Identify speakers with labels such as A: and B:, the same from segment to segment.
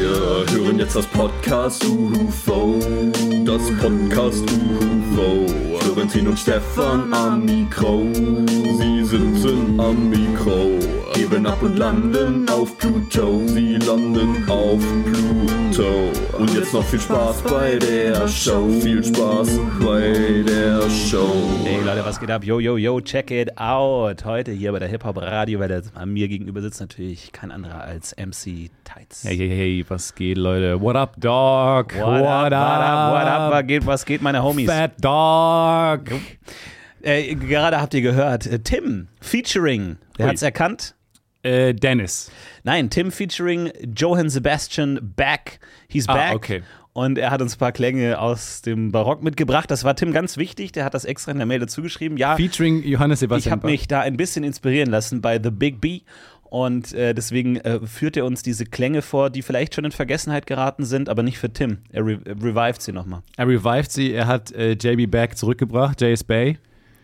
A: hören jetzt das Podcast UFO. Das Podcast UFO. Florentin und Stefan am Mikro. Sie sitzen am Mikro. Geben ab und landen auf Pluto. Sie landen auf Pluto. Und jetzt noch viel Spaß bei der Show. Viel Spaß bei der Show.
B: Hey Leute, was geht ab? Yo, yo, yo, check it out. Heute hier bei der Hip-Hop-Radio-Welle. An mir gegenüber sitzt natürlich kein anderer als MC Tights.
C: Hey, hey, hey, was geht, Leute? What up, Dog?
B: What, up, what up, what up, was geht, was geht, meine Homies?
C: Fat Dog?
B: Äh, gerade habt ihr gehört, äh, Tim featuring, wer
C: Ui.
B: hat's erkannt?
C: Äh, Dennis.
B: Nein, Tim featuring Johann Sebastian Back. He's
C: Ah,
B: back.
C: okay.
B: Und er hat uns ein paar Klänge aus dem Barock mitgebracht. Das war Tim ganz wichtig. Der hat das extra in der Mail dazu geschrieben. Ja,
C: Featuring Johannes
B: Ah. ich
C: Sebastian.
B: habe mich da ein bisschen inspirieren lassen bei The Big B. Und äh, deswegen äh, führt er uns diese Klänge vor, die vielleicht schon in Vergessenheit geraten sind, aber nicht für Tim. Er re äh, revived sie nochmal.
C: Er revived sie, er hat äh, JB Back zurückgebracht, JS Bay.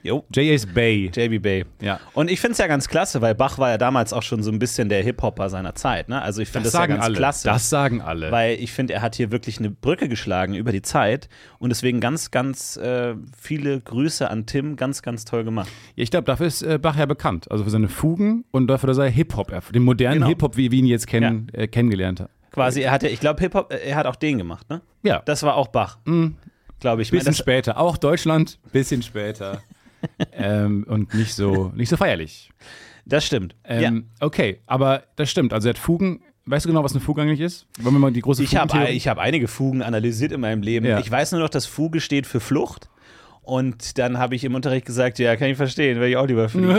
B: Jo.
C: JS Bay.
B: JB Bay.
C: Ja.
B: Und ich finde es ja ganz klasse, weil Bach war ja damals auch schon so ein bisschen der Hip-Hopper seiner Zeit. Ne? Also ich finde das, ja ganz
C: alle.
B: klasse.
C: Das sagen alle.
B: weil ich finde, er hat hier wirklich eine Brücke geschlagen über die Zeit und deswegen ganz, ganz äh, viele Grüße an Tim, ganz, ganz toll gemacht.
C: ich glaube, dafür ist äh, Bach ja bekannt. Also für seine Fugen und dafür, dass er Hip-Hop, erf- den modernen
B: Genau.
C: Hip-Hop, wie wir ihn jetzt kennen, äh, kennengelernt hat.
B: Quasi, er hatte, ich glaube, Hip-Hop, äh, er hat auch den gemacht, ne?
C: Ja.
B: Das war auch Bach. Glaube ich. Ich meine,
C: Mhm. bisschen
B: das-
C: später. Auch Deutschland, bisschen später. ähm, und nicht so, nicht so feierlich.
B: Das stimmt.
C: Ähm, Okay, aber das stimmt. Also er hat Fugen. Weißt du genau, was eine Fuge eigentlich ist? Wollen wir mal die große
B: ja. Ich habe
C: Fugentheorie-
B: ich hab einige Fugen analysiert in meinem Leben.
C: Ja.
B: Ich weiß nur noch, dass Fuge steht für Flucht. Und dann habe ich im Unterricht gesagt, ja, kann ich verstehen, wäre ich auch lieber fliegen.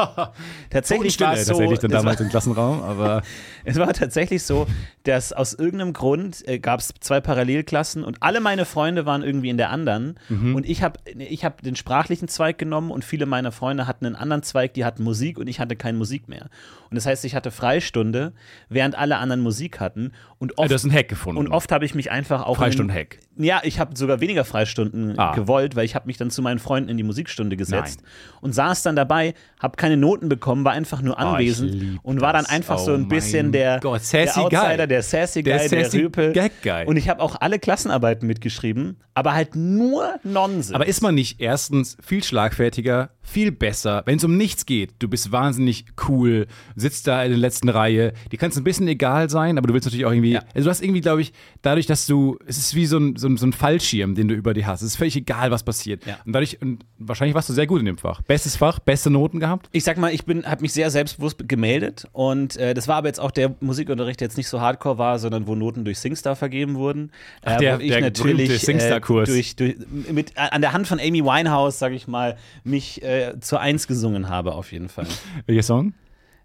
B: tatsächlich war
C: Totenstille
B: es so,
C: tatsächlich dann
B: es war,
C: damals im Klassenraum, aber
B: es war tatsächlich so, dass aus irgendeinem Grund äh, gab es zwei Parallelklassen und alle meine Freunde waren irgendwie in der anderen. Und ich habe ich hab den sprachlichen Zweig genommen und viele meiner Freunde hatten einen anderen Zweig, die hatten Musik und ich hatte keine Musik mehr. Und das heißt, ich hatte Freistunde, während alle anderen Musik hatten. Und oft
C: du hast einen Hack gefunden.
B: und oft habe ich mich einfach auch. in-
C: Freistundenhack.
B: Ja, ich habe sogar weniger Freistunden
C: Ah.
B: gewollt, weil ich habe mich dann zu meinen Freunden in die Musikstunde gesetzt und saß dann dabei, habe keine Noten bekommen, war einfach nur anwesend
C: Oh, lieb
B: und war dann
C: das.
B: einfach so
C: Oh
B: ein bisschen
C: mein
B: der,
C: Gott,
B: der
C: sassy
B: Outsider,
C: guy.
B: der Sassy Guy,
C: Der
B: der,
C: sassy
B: Rüpel.
C: Gag guy.
B: Und ich habe auch alle Klassenarbeiten mitgeschrieben, aber halt nur Nonsens.
C: Aber ist man nicht erstens viel schlagfertiger, viel besser, wenn es um nichts geht? Du bist wahnsinnig cool, sitzt da in der letzten Reihe, dir kann es ein bisschen egal sein, aber du willst natürlich auch irgendwie. Also, du hast irgendwie, glaube ich, dadurch, dass du. Es ist wie so ein, so, ein, so ein Fallschirm, den du über dir hast. Es ist völlig egal, was passiert.
B: Ja.
C: Und dadurch, und wahrscheinlich warst du sehr gut in dem Fach. Bestes Fach, beste Noten gehabt.
B: ich sag mal, ich bin, habe mich sehr selbstbewusst gemeldet und äh, das war aber jetzt auch der Musikunterricht, der jetzt nicht so Hardcore war, sondern wo Noten durch SingStar vergeben wurden. Äh,
C: der-
B: wo ich
C: der
B: natürlich
C: berühmte SingStar-Kurs.
B: Äh, durch, durch, mit, äh, an der Hand von Amy Winehouse, sage ich mal, mich äh, zur Eins gesungen habe auf jeden Fall.
C: Welcher Song?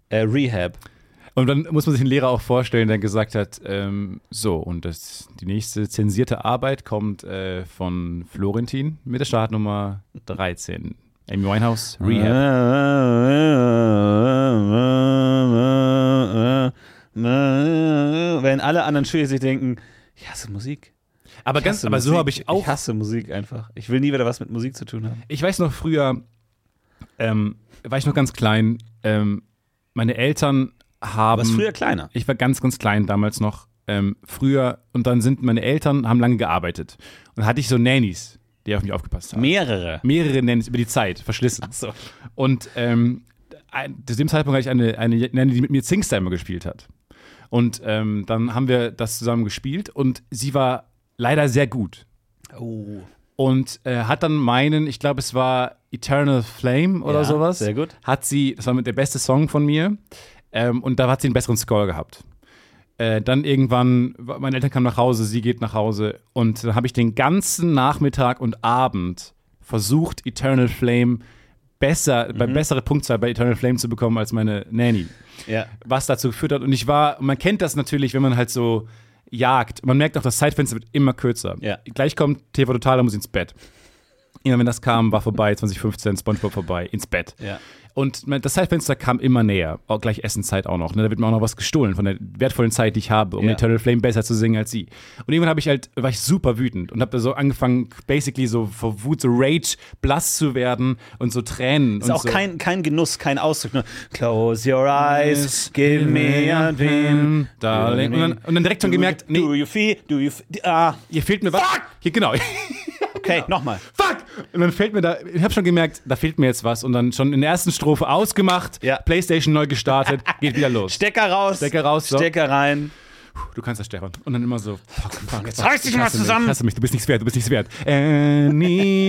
B: äh, Rehab.
C: Und dann muss man sich den Lehrer auch vorstellen, der gesagt hat, ähm, so, und das, die nächste zensierte Arbeit kommt äh, von Florentin mit der Startnummer 13. Amy Winehouse,
B: Ah.
C: Rehab.
B: Wenn alle anderen Schüler sich denken, ich hasse Musik.
C: Aber,
B: Ich
C: ganz,
B: hasse
C: aber so
B: Musik,
C: habe ich auch,
B: Ich hasse Musik einfach. Ich will nie wieder was mit Musik zu tun haben.
C: ich weiß noch früher, ähm, war ich noch ganz klein, ähm, meine Eltern haben...
B: Was früher kleiner.
C: Ich war ganz, ganz klein damals noch. Ähm, früher, und dann sind meine Eltern, haben lange gearbeitet. Und dann hatte ich so Nannies, die auf mich aufgepasst haben.
B: Mehrere.
C: mehrere Nannies über die Zeit, verschlissen.
B: So.
C: Und ähm, ein, zu dem Zeitpunkt hatte ich eine, eine Nanny, die mit mir Zinksteimer gespielt hat. Und ähm, dann haben wir das zusammen gespielt und sie war leider sehr gut.
B: Oh.
C: Und äh, hat dann meinen, ich glaube, es war Eternal Flame oder
B: Ja,
C: sowas.
B: sehr gut.
C: Hat sie, das war mit der beste Song von mir. Ähm, und da hat sie einen besseren Score gehabt. Äh, dann irgendwann, meine Eltern kamen nach Hause, sie geht nach Hause. Und dann habe ich den ganzen Nachmittag und Abend versucht, Eternal Flame besser, bei
B: Mhm.
C: bessere Punktzahl bei Eternal Flame zu bekommen als meine Nanny
B: Ja.
C: was dazu geführt hat. Und ich war, man kennt das natürlich, wenn man halt so jagt. Man merkt auch, das Zeitfenster wird immer kürzer.
B: Ja.
C: Gleich kommt TV Total, da muss ich ins Bett. Immer wenn das kam, war vorbei, 2015, Spongebob vorbei, ins Bett.
B: Ja.
C: Und mein- das Zeitfenster kam immer näher. Auch gleich Essenzeit auch noch. Ne? Da wird mir auch noch was gestohlen von der wertvollen Zeit, die ich habe, um
B: Ja.
C: Eternal Flame besser zu singen als sie. Und irgendwann habe ich halt, war ich super wütend und habe so angefangen, basically so vor Wut, so Rage, blass zu werden und so Tränen.
B: Ist
C: und
B: auch
C: so.
B: kein, kein Genuss, kein Ausdruck. Nur, Close your eyes, give me a dream.
C: Darling. Und dann, und dann direkt schon gemerkt,
B: Do you-
C: nee,
B: Do you feel, do you feel, ah,
C: hier fehlt mir was. Hier, genau.
B: okay, nochmal.
C: Fuck! Und dann fällt mir da, ich habe schon gemerkt, da fehlt mir jetzt was. Und dann schon in der ersten Strophe ausgemacht,
B: Ja.
C: Playstation neu gestartet, geht wieder los.
B: Stecker raus,
C: Stecker raus, so.
B: Stecker rein.
C: Du kannst das, Stefan. Und dann immer so, fuck, fuck,
B: jetzt
C: fuck,
B: reiß dich
C: ich
B: mal
C: hasse
B: zusammen.
C: Mich, ich hasse mich, du bist nichts wert, du bist nichts wert. An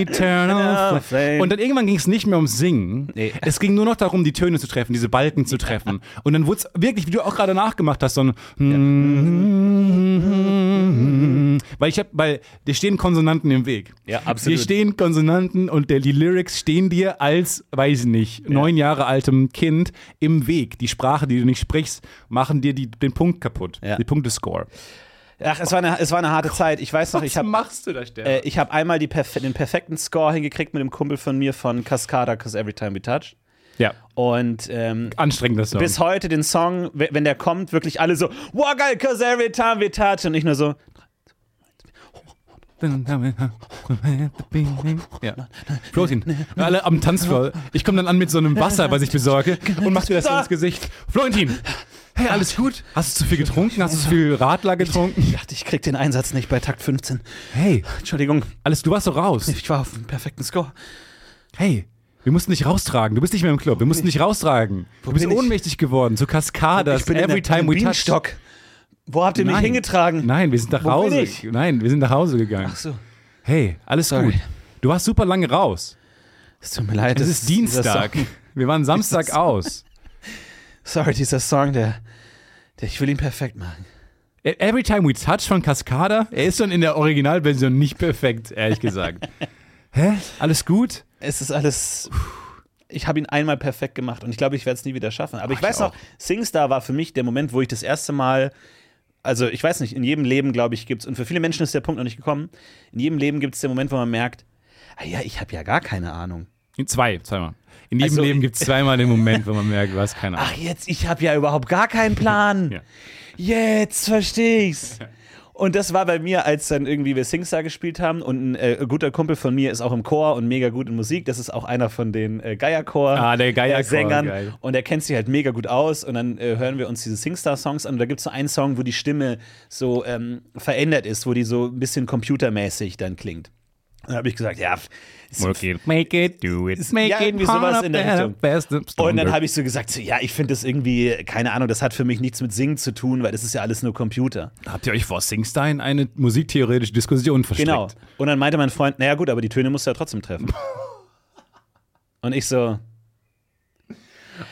C: eternal flame. Und dann irgendwann ging es nicht mehr ums Singen.
B: Nee.
C: Es ging nur noch darum, die Töne zu treffen, diese Balken zu treffen. Und dann wurde es wirklich, wie du auch gerade nachgemacht hast, so ein Weil ich habe, weil dir stehen Konsonanten im Weg.
B: Ja, absolut.
C: Dir stehen Konsonanten und der, die Lyrics stehen dir als, weiß ich nicht, neun Jahre altem Kind im Weg. Die Sprache, die du nicht sprichst, machen dir die, den Punkt kaputt.
B: Ja.
C: Den Punktescore.
B: Ach, es war eine, es war eine harte Zeit. Ich weiß noch, ich habe
C: machst du da, Stefan?
B: äh, ich hab einmal die perf den perfekten Score hingekriegt mit einem Kumpel von mir von Cascada, Cause Every Time We Touch.
C: ja,
B: Und ähm,
C: anstrengendes Song.
B: bis heute den Song, we- wenn der kommt, wirklich alle so, wow, geil, Cause Every Time We Touch. Und nicht nur so,
C: ja. Florentin, alle am Tanzfloor. Ich komme dann an mit so einem Wasser, was ich besorge, und mach dir das ins Gesicht. Florentin! Hey, alles gut? Hast du zu viel getrunken? Hast du zu viel Radler getrunken?
B: ich dachte, ich krieg den Einsatz nicht bei Takt 15.
C: Hey,
B: Entschuldigung,
C: alles, du warst doch raus.
B: ich war auf dem perfekten Score.
C: Hey, wir mussten dich raustragen. Du bist nicht mehr im Club. Wir mussten dich raustragen. Du bist
B: bin ich?
C: ohnmächtig geworden. Zu Cascadas.
B: ich bin
C: Every
B: in der,
C: time
B: im
C: we touch.
B: Bienenstock. Wo habt ihr mich
C: Nein.
B: hingetragen?
C: Nein, wir sind nach
B: Wo
C: Hause.
B: bin ich?
C: Nein, wir sind nach Hause gegangen.
B: Ach so,
C: Hey, alles
B: Sorry.
C: gut. Du warst super lange raus.
B: es tut mir leid.
C: Es
B: das
C: ist
B: dieser
C: Dienstag.
B: Song-
C: Wir waren Samstag aus.
B: Sorry, dieser Song, der, der ich will ihn perfekt machen.
C: E-, Every time we touch von Cascada, er ist schon in der Originalversion nicht perfekt, ehrlich gesagt. Hä? Alles gut?
B: Es ist alles. Ich habe ihn einmal perfekt gemacht und ich glaube, ich werde es nie wieder schaffen. Aber ich
C: ich
B: weiß noch,
C: auch.
B: Singstar war für mich der Moment, wo ich das erste Mal, also ich weiß nicht, in jedem Leben, glaube ich, gibt es, und für viele Menschen ist der Punkt noch nicht gekommen, in jedem Leben gibt es den Moment, wo man merkt, ah ja, ich habe ja gar keine Ahnung.
C: Zwei, zweimal. In jedem
B: Also-
C: Leben gibt es zweimal den Moment, wo man merkt, du hast keine Ahnung.
B: Ach jetzt, ich habe ja überhaupt gar keinen Plan.
C: Genau. Ja.
B: Jetzt verstehe ich's. Und das war bei mir, als dann irgendwie wir Singstar gespielt haben und ein äh, guter Kumpel von mir ist auch im Chor und mega gut in Musik. Das ist auch einer von den äh, Geierchor.
C: Ah, der Geierchor,
B: äh, Sängern.
C: geil.
B: Und er kennt sich halt mega gut aus. Und dann äh, hören wir uns diese Singstar-Songs an. Und da gibt es so einen Song, wo die Stimme so ähm, verändert ist, wo die so ein bisschen computermäßig dann klingt. Und da habe ich gesagt, ja, ist
C: Work it, make it, do it, make
B: Ja,
C: it,
B: irgendwie
C: part
B: sowas
C: of
B: in der
C: that
B: Richtung.
C: best
B: Und
C: standard.
B: dann habe ich so gesagt, so, ja, ich finde das irgendwie, keine Ahnung, das hat für mich nichts mit Singen zu tun, weil das ist ja alles nur Computer.
C: Habt ihr euch vor Singstar in eine musiktheoretische Diskussion verstrickt?
B: Genau. Und dann meinte mein Freund, naja gut, aber die Töne musst du ja trotzdem treffen. Und ich so,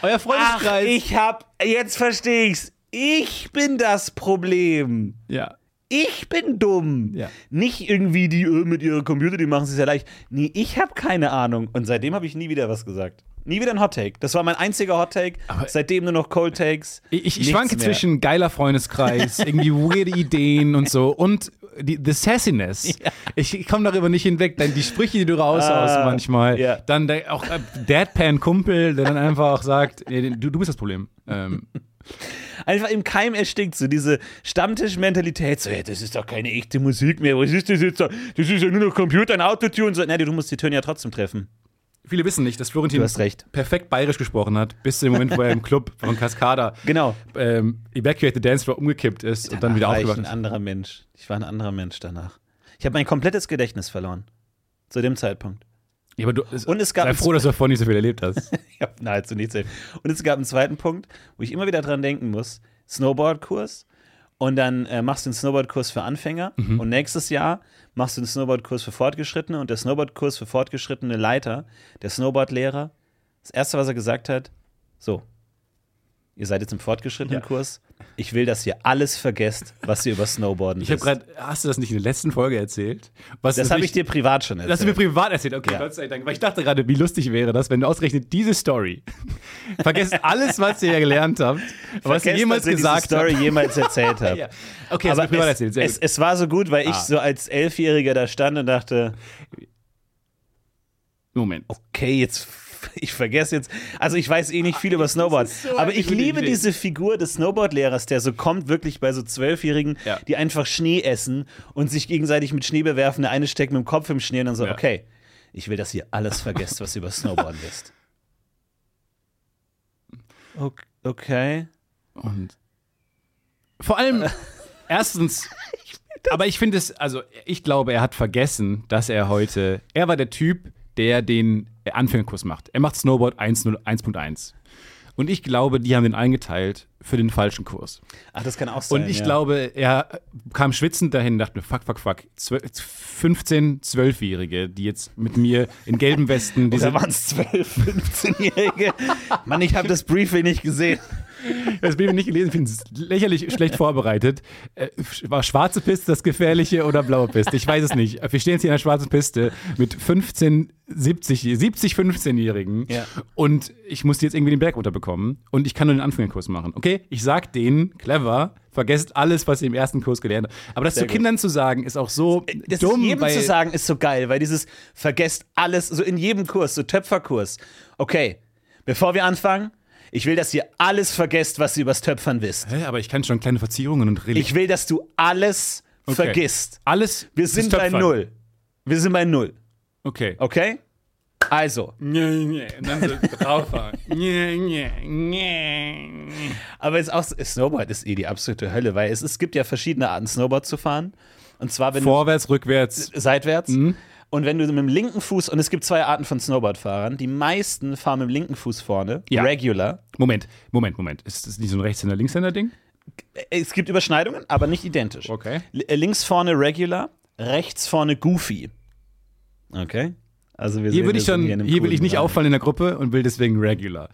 C: Euer
B: ach,
C: Freundeskreis.
B: ich hab, jetzt verstehe ich's. Ich bin das Problem.
C: ja.
B: Ich bin dumm.
C: Ja.
B: Nicht irgendwie die äh, mit ihrer Computer, die machen es ja leicht. Nee, ich habe keine Ahnung. Und seitdem habe ich nie wieder was gesagt. Nie wieder ein Hot Take. Das war mein einziger Hot Take. Seitdem nur noch Cold Takes.
C: Ich, ich
B: Nichts
C: schwanke
B: mehr.
C: zwischen geiler Freundeskreis, irgendwie weirde Ideen und so und die, the Sassiness. Ich komme darüber nicht hinweg, dann die Sprüche, die du raushaust
B: Ah,
C: manchmal.
B: ja.
C: Dann der, auch äh, Deadpan-Kumpel, der dann einfach auch sagt, äh, du, du bist das Problem. Ähm,
B: Einfach im Keim erstickt, so diese Stammtischmentalität. So, ja, das ist doch keine echte Musik mehr. Was ist das jetzt? da? Das ist ja nur noch Computer und Autotune. So, na, du musst die Töne ja trotzdem treffen.
C: viele wissen nicht, dass Florentin
B: Du hast recht.
C: perfekt bayerisch gesprochen hat, bis zu dem Moment, wo er im Club von Cascada
B: Genau. Ah,
C: ähm, Evacuate the Dance Floor umgekippt ist und dann wieder
B: war ich
C: aufgewacht
B: ein
C: ist.
B: anderer Mensch. Ich war ein anderer Mensch danach. Ich habe mein komplettes Gedächtnis verloren. Zu dem Zeitpunkt.
C: Ja, aber du,
B: Und es gab
C: sei
B: einen
C: froh, dass du davon nicht so viel erlebt hast.
B: Ich habe nahezu nichts erlebt. Und es gab einen zweiten Punkt, wo ich immer wieder dran denken muss: Snowboardkurs. Und dann äh, machst du einen Snowboardkurs für Anfänger.
C: Mhm.
B: Und nächstes Jahr machst du einen Snowboardkurs für Fortgeschrittene. Und der Snowboardkurs für Fortgeschrittene Leiter, der Snowboardlehrer, das erste, was er gesagt hat: So, ihr seid jetzt im fortgeschrittenen Kurs. Ich will, dass ihr alles vergesst, was ihr über Snowboarden
C: Ich habe
B: wisst.
C: gerade, hast du das nicht in der letzten Folge erzählt? Was
B: Das habe ich dir privat schon
C: Das hast du mir
B: erzählt.
C: privat erzählt, okay,
B: Ja.
C: Gott sei Dank. Weil ich dachte gerade, wie lustig wäre das, wenn du ausgerechnet diese Story. Vergesst alles, was ihr ja gelernt habt, was ihr
B: Vergesst,
C: jemals
B: dass ihr diese
C: gesagt
B: Story
C: habt.
B: jemals erzählt habt.
C: Ja. Okay, hast du mir
B: Aber
C: privat
B: es,
C: erzählt, sehr
B: es,
C: gut.
B: es war so gut, weil ich
C: Ah.
B: so als Elfjähriger da stand und dachte,
C: Moment.
B: okay, jetzt ich vergesse jetzt, also ich weiß eh nicht viel über Snowboard,
C: so
B: aber
C: eine
B: ich
C: gute
B: liebe
C: Idee.
B: diese Figur des Snowboardlehrers, der so kommt wirklich bei so Zwölfjährigen,
C: Ja.
B: die einfach Schnee essen und sich gegenseitig mit Schnee bewerfen. Der eine steckt mit dem Kopf im Schnee und dann so,
C: Ja.
B: okay, ich will, dass ihr alles vergesst, was ihr über Snowboarden wisst. Ok- Okay.
C: Und vor allem, erstens, aber ich finde es, also ich glaube, er hat vergessen, dass er heute, er war der Typ, der den Anfängerkurs macht. Er macht Snowboard 1.1. Und ich glaube, die haben den eingeteilt für den falschen Kurs.
B: Ach, das kann auch sein.
C: Und ich
B: ja.
C: glaube, er kam schwitzend dahin und dachte mir, fuck, fuck, fuck, Zwöl- 15, 12-Jährige, die jetzt mit mir in gelben Westen
B: Da
C: diese
B: waren es 12, 15-Jährige. Mann, ich habe das Briefing nicht gesehen.
C: Das Baby nicht gelesen, finde es lächerlich schlecht vorbereitet. Äh, sch- war schwarze Piste das gefährliche oder blaue Piste? Ich weiß es nicht. Wir stehen jetzt hier in der schwarzen Piste mit 15, 70, 70, 15-Jährigen
B: Ja.
C: und ich muss die jetzt irgendwie den Berg runterbekommen und ich kann nur den Anfängerkurs machen. Okay, ich sag denen, clever, vergesst alles, was ihr im ersten Kurs gelernt habt. Aber das zu
B: gut.
C: Kindern zu sagen, ist auch so
B: Das
C: dumm.
B: jedem
C: weil,
B: zu sagen, ist so geil, weil dieses vergesst alles, so in jedem Kurs, so Töpferkurs. Okay, bevor wir anfangen, ich will, dass ihr alles vergesst, was ihr übers Töpfern wisst.
C: Hä, aber ich kann schon kleine Verzierungen und Relief.
B: Ich will, dass du alles
C: Okay.
B: vergisst.
C: Alles.
B: Wir
C: ist
B: sind bei
C: Töpfern.
B: Null. Wir sind bei Null,
C: Okay.
B: okay? Also,
C: Nee, nee. Und dann so draufhauen. Nee, nee, nee.
B: aber es ist auch, Snowboard ist eh die absolute Hölle, weil es, es gibt ja verschiedene Arten, Snowboard zu fahren. Und zwar, wenn du
C: Vorwärts, rückwärts.
B: seitwärts.
C: Mhm.
B: Und wenn du mit dem linken Fuß, und es gibt zwei Arten von Snowboardfahrern, die meisten fahren mit dem linken Fuß vorne,
C: Ja.
B: regular.
C: Moment, Moment, Moment. Ist das nicht so ein Rechtshänder-Linkshänder-Ding?
B: Es gibt Überschneidungen, aber nicht identisch.
C: Okay.
B: L- äh, Links vorne regular, rechts vorne goofy. Okay. Also wir
C: Hier,
B: sehen,
C: würde
B: wir
C: ich
B: sind
C: schon,
B: in einem
C: hier will ich
B: coolen
C: nicht
B: Rahmen.
C: auffallen in der Gruppe und will deswegen regular.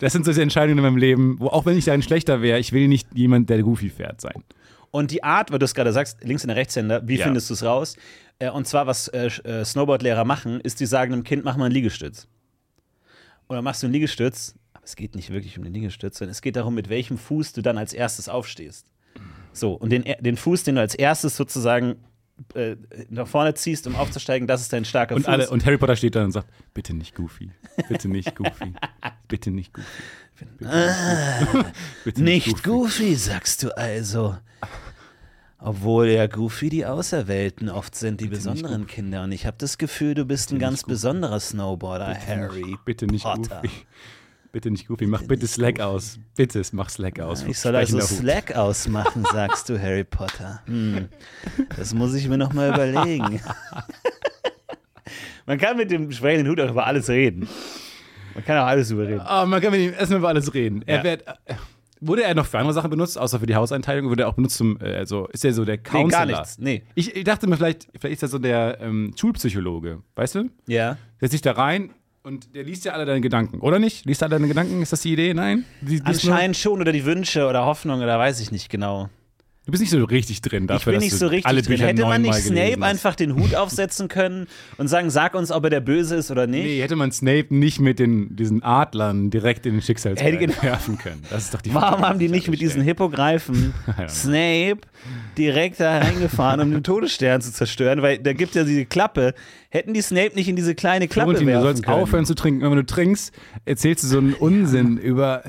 C: Das sind solche Entscheidungen in meinem Leben, wo auch wenn ich da ein schlechter wäre, ich will nicht jemand, der goofy fährt sein.
B: Und die Art, weil du es gerade sagst, links in der Rechtshänder, wie
C: Ja.
B: findest du es raus? Äh, Und zwar, was äh, Sch- äh, Snowboardlehrer machen, ist, die sagen dem Kind, mach mal einen Liegestütz. Oder machst du einen Liegestütz, aber es geht nicht wirklich um den Liegestütz, sondern es geht darum, mit welchem Fuß du dann als erstes aufstehst. So, und den, den Fuß, den du als erstes sozusagen äh, nach vorne ziehst, um aufzusteigen, das ist dein starker
C: Und,
B: Fuß.
C: alle, und Harry Potter steht da und sagt, bitte nicht goofy, bitte nicht goofy, bitte nicht goofy.
B: Ah,
C: Bitte
B: Nicht Goofy, sagst du also. Obwohl ja Goofy die Auserwählten oft sind, die besonderen Kinder. Und ich habe das Gefühl, du bist ein ganz besonderer Snowboarder, Harry.
C: Bitte nicht
B: Potter.
C: Goofy. Bitte nicht Goofy. Mach bitte Slack aus. Bitte, mach Slack aus.
B: Ich soll also
C: Sprechender Hut.
B: Slack ausmachen, sagst du, Harry Potter. Hm, das muss ich mir nochmal überlegen. Man kann mit dem sprechenden Hut auch über alles reden. Man kann auch alles überreden.
C: Ah, man kann mit ihm erstmal über alles reden. Er
B: Ja.
C: wird, äh, wurde er noch für andere Sachen benutzt, außer für die Hauseinteilung? Wurde er auch benutzt zum, äh, also ist er so der Counselor?
B: Nee, gar nichts. Nee.
C: Ich, ich dachte mir, vielleicht, vielleicht ist er so der ähm, Schulpsychologe, weißt du?
B: Ja.
C: Setzt sich da rein und der liest ja alle deine Gedanken, oder nicht? Liest er alle deine Gedanken? Ist das die Idee? Nein? Die, die ist nur-
B: Anscheinend schon, oder die Wünsche oder Hoffnung oder weiß ich nicht genau.
C: Du bist nicht so richtig drin
B: Ich
C: dafür,
B: bin
C: dass
B: nicht
C: du
B: so richtig
C: alle
B: drin.
C: Bücher
B: Hätte man nicht
C: neunmal gelesen
B: Snape
C: hast.
B: einfach den Hut aufsetzen können und sagen, sag uns, ob er der Böse ist oder nicht?
C: Nee, hätte man Snape nicht mit den, diesen Adlern direkt in den Schicksalsberg
B: Hätte genau-
C: werfen können. Das ist doch die
B: Warum
C: Frage.
B: haben die nicht mit diesen Hippogreifen
C: don't know.
B: Snape direkt da reingefahren, um den Todesstern zu zerstören? Weil da gibt ja diese Klappe. Hätten die Snape nicht in diese kleine Klappe
C: Florentin, du
B: werfen
C: sollst
B: können?
C: aufhören zu trinken. Wenn du trinkst, erzählst du so einen Unsinn über.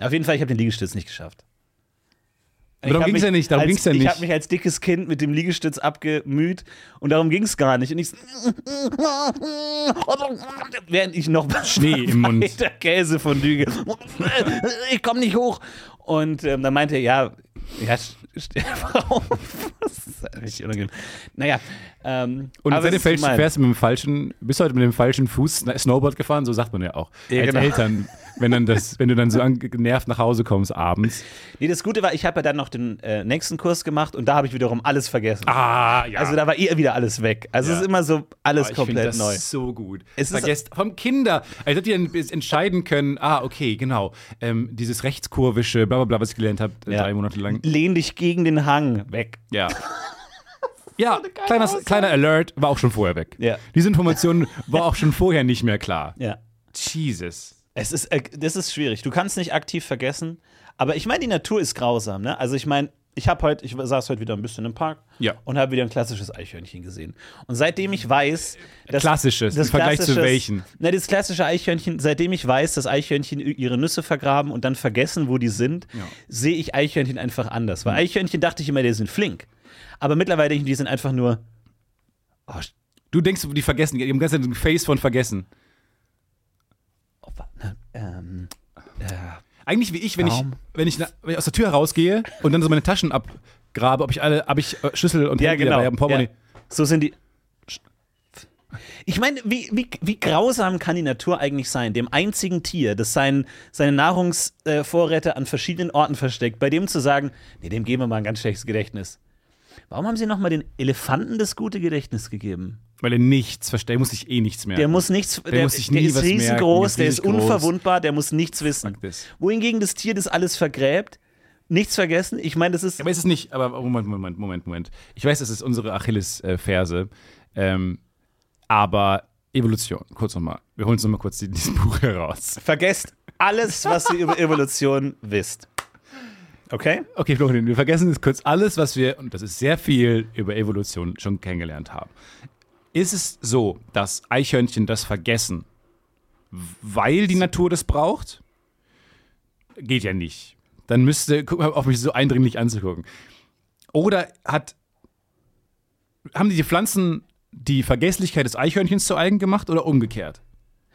B: Auf jeden Fall, ich habe den Liegestütz nicht geschafft. Ich
C: darum
B: hab
C: ging's
B: mich
C: ja nicht, darum
B: als-
C: ging's ja
B: Ich
C: nicht.
B: habe mich als dickes Kind mit dem Liegestütz abgemüht und darum ging es gar nicht. Und ich, so- während ich noch
C: Schnee im Mund.
B: weiter Käse von Düge. Ich komme nicht hoch. Und ähm, dann meinte er, ja, ja, st- steh einfach auf. Das ist richtig unangenehm. Naja, ähm,
C: Und
B: aber
C: seitdem
B: es ist
C: fällst,
B: gemein.
C: fährst du mit dem falschen, bist heute mit dem falschen Fuß Sn- Snowboard gefahren, so sagt man ja auch.
B: Ja,
C: Als
B: genau.
C: Eltern, wenn, dann das, wenn du dann so ange- genervt nach Hause kommst abends.
B: Nee, das Gute war, ich habe ja dann noch den äh, nächsten Kurs gemacht und da habe ich wiederum alles vergessen.
C: Ah, ja.
B: Also da war eh wieder alles weg. Also
C: Ja.
B: es ist immer so alles
C: Ah, ich finde
B: komplett
C: das
B: neu.
C: so gut.
B: Es ist-
C: Vergesst vom Kinder. Also hättet ihr dann bis entscheiden können, ah, okay, genau. Ähm, dieses rechtskurvische, bla bla bla, was ich gelernt habe,
B: Ja.
C: drei Monate lang.
B: Lehn dich gegen den Hang weg.
C: Ja. Ja, kleiner, kleiner Alert, war auch schon vorher weg.
B: Ja.
C: Diese Information war auch schon vorher nicht mehr klar.
B: Ja.
C: Jesus.
B: Es ist, äh, das ist schwierig. Du kannst nicht aktiv vergessen. Aber ich meine, die Natur ist grausam. Ne? Also ich meine, ich habe heute, ich saß heute wieder ein bisschen im Park
C: Ja.
B: und habe wieder ein klassisches Eichhörnchen gesehen. Und seitdem ich weiß, dass
C: Klassisches, im Vergleich zu
B: Äh, klassisches-
C: welchen?
B: Na, das klassische Eichhörnchen, seitdem ich weiß, dass Eichhörnchen i- ihre Nüsse vergraben und dann vergessen, wo die sind, sehe ich Eichhörnchen einfach anders. Weil Eichhörnchen dachte ich immer, die sind flink. Aber mittlerweile denke ich, die sind einfach nur. Oh, sch-
C: Du denkst, die vergessen, die haben ganz ein Face von vergessen.
B: oh, wa- ne, ähm,
C: Eigentlich wie ich, wenn
B: Warum?
C: ich wenn ich, na, wenn ich aus der Tür herausgehe und dann so meine Taschen abgrabe, ob ich alle, ob ich äh, Schlüssel und
B: ja,
C: Handy
B: genau.
C: dabei habe, Portemonnaie.
B: Ja. So sind die. Sch- Ich meine, wie, wie, wie grausam kann die Natur eigentlich sein? Dem einzigen Tier, das sein, seine Nahrungsvorräte äh, Vorräte an verschiedenen Orten versteckt, bei dem zu sagen, nee, dem geben wir mal ein ganz schlechtes Gedächtnis. Warum haben sie nochmal den Elefanten das gute Gedächtnis gegeben?
C: Weil er nichts versteht, er muss sich eh nichts mehr.
B: Der muss nichts, der,
C: muss sich
B: der
C: nie
B: ist
C: was merken, der
B: riesengroß,
C: ist
B: der ist
C: riesig groß.
B: unverwundbar, der muss nichts wissen.
C: Fuck this.
B: Wohingegen das Tier das alles vergräbt, nichts vergessen, ich meine, das ist,
C: Aber ist es nicht, aber oh, Moment, Moment, Moment, Moment. Ich weiß, es ist unsere Achilles-Verse, ähm, aber Evolution, kurz nochmal. Wir holen uns nochmal kurz die- dieses Buch heraus.
B: vergesst alles, was ihr über Evolution wisst. Okay?
C: Okay, Florian, wir vergessen jetzt kurz alles, was wir, und das ist sehr viel, über Evolution schon kennengelernt haben. Ist es so, dass Eichhörnchen das vergessen, weil die Natur das braucht? Geht ja nicht. Dann müsste, guck mal auf mich so eindringlich anzugucken. Oder hat, haben die die Pflanzen die Vergesslichkeit des Eichhörnchens zu eigen gemacht oder umgekehrt?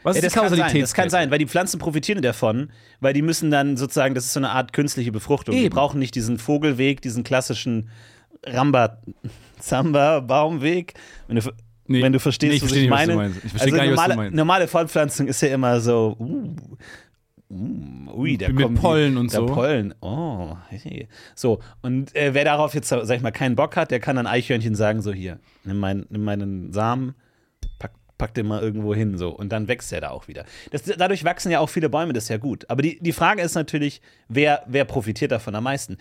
C: Was
B: Ja,
C: ist
B: das,
C: die
B: kann sein,
C: Kausalität?
B: das kann sein, weil die Pflanzen profitieren davon, weil die müssen dann sozusagen, das ist so eine Art künstliche Befruchtung. Die
C: Eben.
B: brauchen nicht diesen Vogelweg, diesen klassischen Ramba, Zamba, Baumweg. Wenn du, ver-
C: Nee,
B: wenn du verstehst,
C: nee, ich
B: was
C: verstehe
B: ich
C: nicht, was du
B: meine.
C: meinst. Ich verstehe
B: also
C: gar nicht, was du
B: normale,
C: meinst.
B: normale Fortpflanzung ist ja immer so, uh, uh, ui, da
C: Mit
B: kommen die-
C: Pollen und
B: da
C: so.
B: Pollen, oh, hey. So, und äh, wer darauf jetzt, sag ich mal, keinen Bock hat, der kann dann Eichhörnchen sagen, so hier, nimm, mein, nimm meinen Samen, pack, pack den mal irgendwo hin, so. Und dann wächst der da auch wieder. Das, dadurch wachsen ja auch viele Bäume, das ist ja gut. Aber die, die Frage ist natürlich, wer, wer profitiert davon am meisten?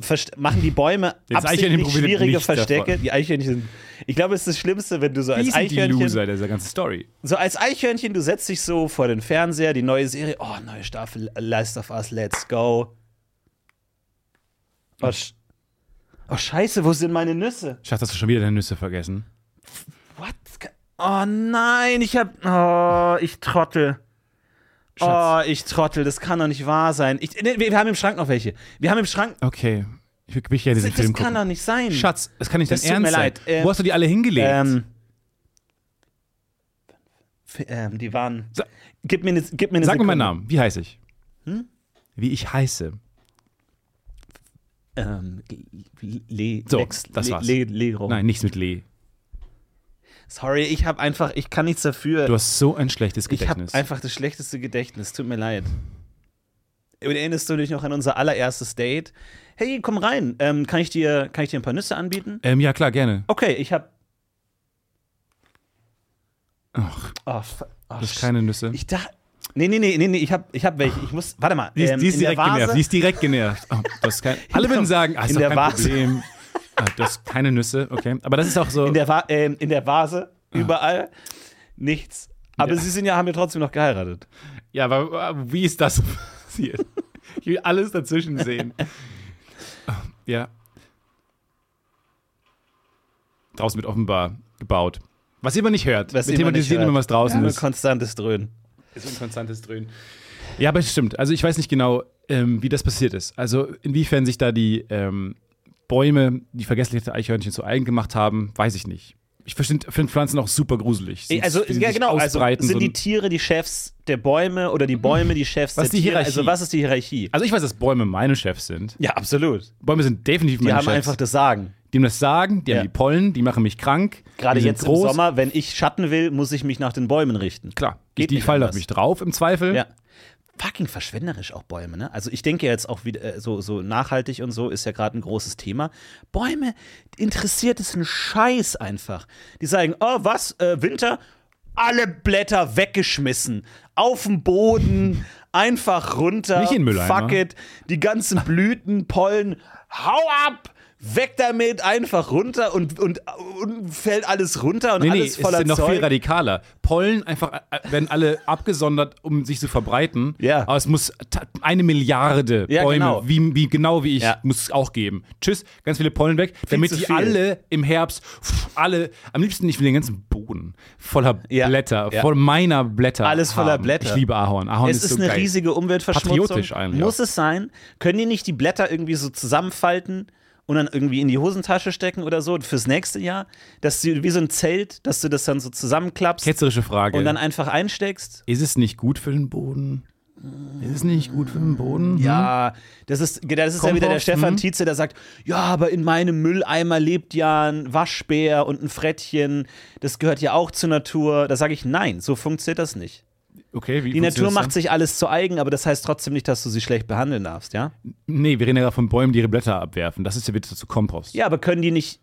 B: Verst machen die Bäume
C: Das Eichhörnchen
B: absichtlich
C: profitiert
B: schwierige
C: nicht davon.
B: Verstecke? Die Eichhörnchen sind, ich glaube, es ist das Schlimmste, wenn du so
C: Die
B: als
C: sind die Loser
B: Eichhörnchen,
C: dieser ganzen Story.
B: so als Eichhörnchen, du setzt dich so vor den Fernseher, die neue Serie, oh, neue Staffel, Last of Us, let's go. Oh, sch oh scheiße, wo sind meine Nüsse?
C: Schatz, hast du schon wieder deine Nüsse vergessen?
B: What? Oh nein, ich hab. Oh, ich trottel.
C: Schatz.
B: Oh, ich trottel, das kann doch nicht wahr sein. Ich, nee, wir wir haben im Schrank noch welche. Wir haben im Schrank.
C: Okay. Ich will mich ja diesen
B: Das,
C: Film
B: das
C: gucken.
B: kann doch nicht sein.
C: Schatz, das kann nicht dein
B: Das tut
C: Ernst
B: mir
C: sein.
B: leid, ähm,
C: Wo hast du die alle hingelegt?
B: Ähm, f- ähm, die waren.
C: Sa-
B: Gib mir eine, gib mir eine
C: Sag mir
B: Sekunde. Hm?
C: meinen Namen. Wie heiße ich? Wie ich heiße.
B: Ähm, Le, Le,
C: So,
B: Lex,
C: das
B: Le,
C: war's.
B: Le, Lero.
C: Nein, nichts mit Lee.
B: Sorry, ich habe einfach, ich kann nichts dafür.
C: Du hast so ein schlechtes
B: Ich habe
C: Gedächtnis.
B: einfach das schlechteste Gedächtnis, tut mir leid. Und erinnerst du dich noch an unser allererstes Date? Hey, komm rein, ähm, kann, ich dir, kann ich dir ein paar Nüsse anbieten?
C: ähm, ja, klar, gerne.
B: Okay, ich habe.
C: Ach,
B: Oh, fu- oh,
C: das ist
B: sch-
C: keine Nüsse.
B: Ich dachte. Nee, nee, nee, nee, nee, ich habe ich hab welche. Ich muss. Warte mal.
C: die, ist,
B: ähm,
C: die ist
B: in der
C: direkt genervt.
B: Vase-
C: Die ist direkt genervt. Oh, das ist kein, alle würden sagen, ach, ist
B: In
C: doch
B: der
C: kein
B: Vase.
C: Problem. Ah, das ist keine Nüsse, okay. Aber das ist auch so.
B: in der, Va ähm, in der Vase,
C: Ah.
B: überall, nichts. Aber sie sind ja, haben ja trotzdem noch geheiratet.
C: Ja, aber äh, wie ist das passiert? Ich will alles dazwischen sehen. ja. Draußen wird offenbar gebaut. Was ihr immer nicht hört.
B: Was
C: Wir
B: immer nicht
C: thematisieren
B: hört.
C: immer, was draußen
B: Nur
C: ist.
B: konstantes Dröhnen.
C: Ist ein konstantes Dröhnen. Ja, aber es stimmt. Also ich weiß nicht genau, ähm, wie das passiert ist. Also inwiefern sich da die ähm, Bäume, die vergessliche Eichhörnchen zu eigen gemacht haben, weiß ich nicht. Ich finde find Pflanzen auch super gruselig.
B: Ey, Also,
C: Die
B: ja,
C: sich
B: genau. Also,
C: ausbreiten, so
B: sind
C: ein-
B: die Tiere die Chefs der Bäume oder die Bäume die Chefs
C: Was ist
B: der
C: die
B: Tiere?
C: Hierarchie?
B: Also, was ist die Hierarchie?
C: also ich weiß, dass Bäume meine Chefs sind.
B: Ja, absolut.
C: Bäume sind definitiv
B: Die
C: meine
B: haben
C: Chefs.
B: einfach das Sagen.
C: die haben das Sagen, die
B: Ja.
C: haben die Pollen, die machen mich krank.
B: Gerade
C: die sind
B: jetzt
C: groß.
B: im Sommer, wenn ich Schatten will, muss ich mich nach den Bäumen richten.
C: Klar,
B: Geht
C: ich, die
B: nicht
C: fallen auf
B: anders.
C: mich drauf im Zweifel.
B: Ja. Fucking verschwenderisch auch Bäume, ne? Also ich denke jetzt auch wieder äh, so, so nachhaltig und so ist ja gerade ein großes Thema. Bäume interessiert es ein Scheiß einfach. Die sagen, oh was, äh, Winter, alle Blätter weggeschmissen, auf dem Boden, einfach runter.
C: Nicht in den Mülleimer.
B: Fuck it, die ganzen Blüten, Pollen, hau ab, weg damit, einfach runter und, und, und fällt alles runter und
C: Nee, nee,
B: alles
C: es
B: voller
C: ist ja noch
B: Zeug.
C: viel radikaler. Pollen einfach äh, werden alle abgesondert, um sich zu verbreiten.
B: Ja.
C: Aber es muss ta- eine Milliarde
B: Ja,
C: Bäume,
B: genau.
C: Wie, wie genau wie ich,
B: Ja.
C: muss es auch geben. Tschüss, ganz viele Pollen weg, damit
B: zu
C: die
B: viel.
C: alle im Herbst, pff, alle, am liebsten ich will den ganzen Boden voller
B: Ja.
C: Blätter,
B: Ja.
C: voll meiner Blätter.
B: Alles voller
C: haben.
B: Blätter.
C: Ich liebe Ahorn. Ahorn
B: es
C: ist,
B: ist,
C: so
B: eine
C: geil.
B: riesige Umweltverschmutzung.
C: Patriotisch eigentlich
B: Muss es sein? Können die nicht die Blätter irgendwie so zusammenfalten und dann irgendwie in die Hosentasche stecken oder so fürs nächste Jahr? Dass du wie so ein Zelt, dass du das dann so zusammenklappst
C: Ketzerische Frage.
B: und dann einfach einsteckst?
C: ist es nicht gut für den Boden? Ist es nicht gut für den Boden?
B: Ja, das ist, das ist ja wieder der
C: Mhm. Kompost,
B: Stefan
C: hm?
B: Tietze, der sagt, ja, aber in meinem Mülleimer lebt ja ein Waschbär und ein Frettchen, das gehört ja auch zur Natur. Da sage ich, nein, so funktioniert das nicht.
C: Hm? Okay, wie
B: Die Natur macht
C: sich.
B: sich alles zu eigen, aber das heißt trotzdem nicht, dass du sie schlecht behandeln darfst, ja?
C: Nee, wir reden ja gerade von Bäumen, die ihre Blätter abwerfen. Das ist ja bitte zu Kompost.
B: Ja, aber können die nicht.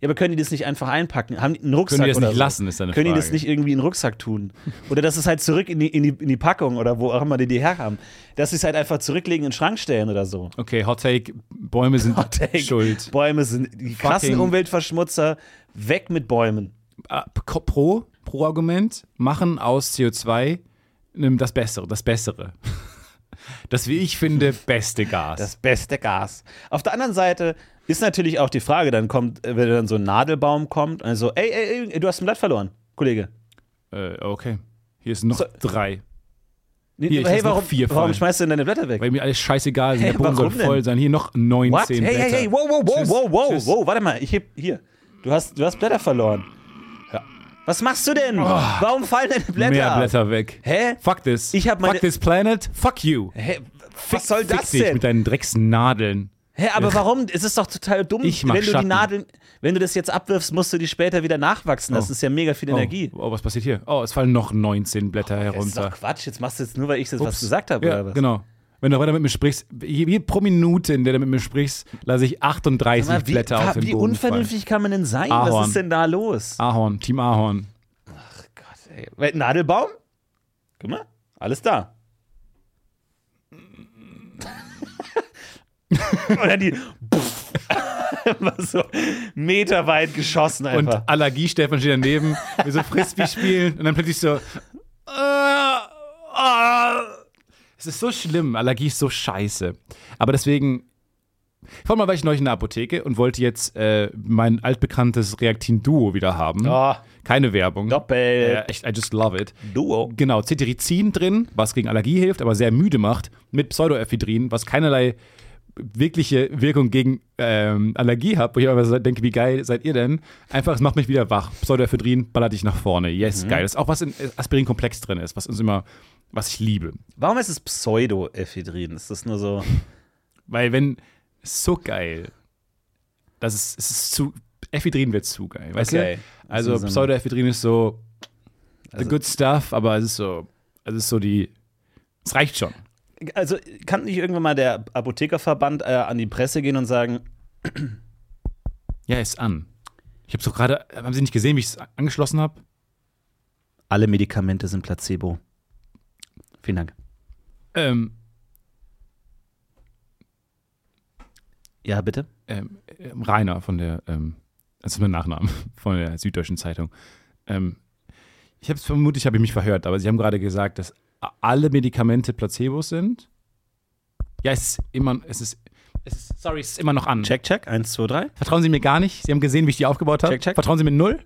B: Ja, aber können die das nicht einfach einpacken? Haben die einen Rucksack
C: Können die das
B: oder
C: nicht
B: so?
C: lassen, ist deine
B: Können die
C: Frage.
B: das nicht irgendwie in den Rucksack tun? Oder dass es halt zurück in die, in, die, in die Packung oder wo auch immer die die herhaben. Dass sie es halt einfach zurücklegen, in den Schrank stellen oder so.
C: Okay, Hot Take, Bäume sind
B: Hot Take.
C: schuld.
B: Bäume sind die krassen
C: Fucking-
B: Umweltverschmutzer. Weg mit Bäumen.
C: Ah, Pro, pro- Pro-Argument, machen aus CO2 nimm das Bessere, das Bessere. Das, wie ich finde, beste Gas.
B: Das beste Gas. Auf der anderen Seite ist natürlich auch die Frage, dann kommt, äh, wenn dann so ein Nadelbaum kommt, also, ey, ey, ey, du hast ein Blatt verloren, Kollege.
C: äh, okay, hier ist noch
B: So-
C: drei.
B: Nee,
C: Hier, ich
B: hey,
C: lass noch
B: warum,
C: vier
B: warum
C: fallen.
B: schmeißt du denn deine Blätter weg?
C: Weil mir alles scheißegal ist,
B: Hey,
C: der Boden soll
B: warum denn?
C: voll sein. Hier noch 19
B: What? Hey,
C: Blätter.
B: hey, hey, wow, wow, wow,
C: Tschüss,
B: wow, wow,
C: tschüss.
B: wow, warte mal, ich heb, hier, du hast, du hast Blätter verloren.
C: Ja. Ah.
B: Was machst du denn? Warum fallen deine Blätter
C: Mehr
B: ab?
C: Blätter weg.
B: Hä?
C: Fuck this.
B: Ich hab meine-
C: Fuck this planet. Fuck you.
B: Hä, was
C: Fick-
B: soll
C: fick
B: das
C: dich
B: denn?
C: mit deinen Drecksnadeln.
B: Hä, aber warum? Es ist doch total dumm,
C: Ich mach
B: wenn du die
C: Schatten.
B: Nadeln, wenn du das jetzt abwirfst, musst du die später wieder nachwachsen. Das
C: Oh.
B: ist ja mega viel Energie.
C: Oh, oh, was passiert hier? Oh, es fallen noch 19 Blätter
B: Das ist doch
C: herunter.
B: Quatsch, jetzt machst du jetzt nur, weil ich das was
C: Ups.
B: gesagt habe,
C: ja,
B: oder was?
C: Genau. Wenn du weiter mit mir sprichst, je, je pro Minute, in der du mit mir sprichst, lasse ich 38
B: Sag mal, wie,
C: Blätter auf den
B: wie
C: Boden
B: unvernünftig kann man denn sein? Was
C: Ahorn.
B: ist denn da los?
C: fallen. Ahorn, Team Ahorn.
B: Gott, ey. Weil- Nadelbaum? Guck mal, alles da. Und dann die. Immer so meterweit geschossen
C: Und
B: einfach.
C: Allergie-Stefan steht daneben, wir so Frisbee spielen und dann plötzlich so. Äh, ah. Es ist so schlimm, Allergie ist so scheiße. Aber deswegen. Vor allem war ich neulich in der Apotheke und wollte jetzt äh, mein altbekanntes Reaktin-Duo wieder haben.
B: oh,
C: Keine Werbung.
B: doppelt.
C: Ja, echt, I just love it.
B: Duo.
C: Genau, Cetirizin drin, was gegen Allergie hilft, aber sehr müde macht, mit Pseudoephedrin, was keinerlei wirkliche Wirkung gegen ähm, Allergie hat, wo ich aber so denke, wie geil seid ihr denn? Einfach, es macht mich wieder wach. Pseudoephedrin ballert dich nach vorne. Yes,
B: Mhm.
C: geil. Das ist auch was in äh, Aspirin-Komplex drin ist, was uns immer, was ich liebe.
B: Warum ist es Pseudoephedrin? Ist das nur so.
C: Weil wenn, so geil, das ist, es ist zu, Ephedrin wird zu geil, weißt
B: Okay.
C: du? Also
B: Also so- Also
C: Pseudoephedrin ist so the good stuff, aber es ist so, es ist so die, es reicht schon.
B: Also kann nicht irgendwann mal der Apothekerverband äh, an die Presse gehen und sagen,
C: Ja, ist an. Ich hab's doch gerade, haben Sie nicht gesehen, wie ich es angeschlossen habe?
B: alle Medikamente sind Placebo. Vielen Dank.
C: Ähm,
B: Ja, bitte?
C: ähm, ähm, Rainer von der, ähm, das ist mein Nachname, von der Süddeutschen Zeitung. Ähm, ich habe vermutlich, habe ich mich verhört, aber Sie haben gerade gesagt, dass a- alle Medikamente Placebos sind. Ja, es ist immer, es ist, es ist sorry, es ist immer noch an.
B: Check, check. Eins, zwei, drei.
C: Vertrauen Sie mir gar nicht. Sie haben gesehen, wie ich die aufgebaut habe.
B: Check, check.
C: Vertrauen Sie mir null?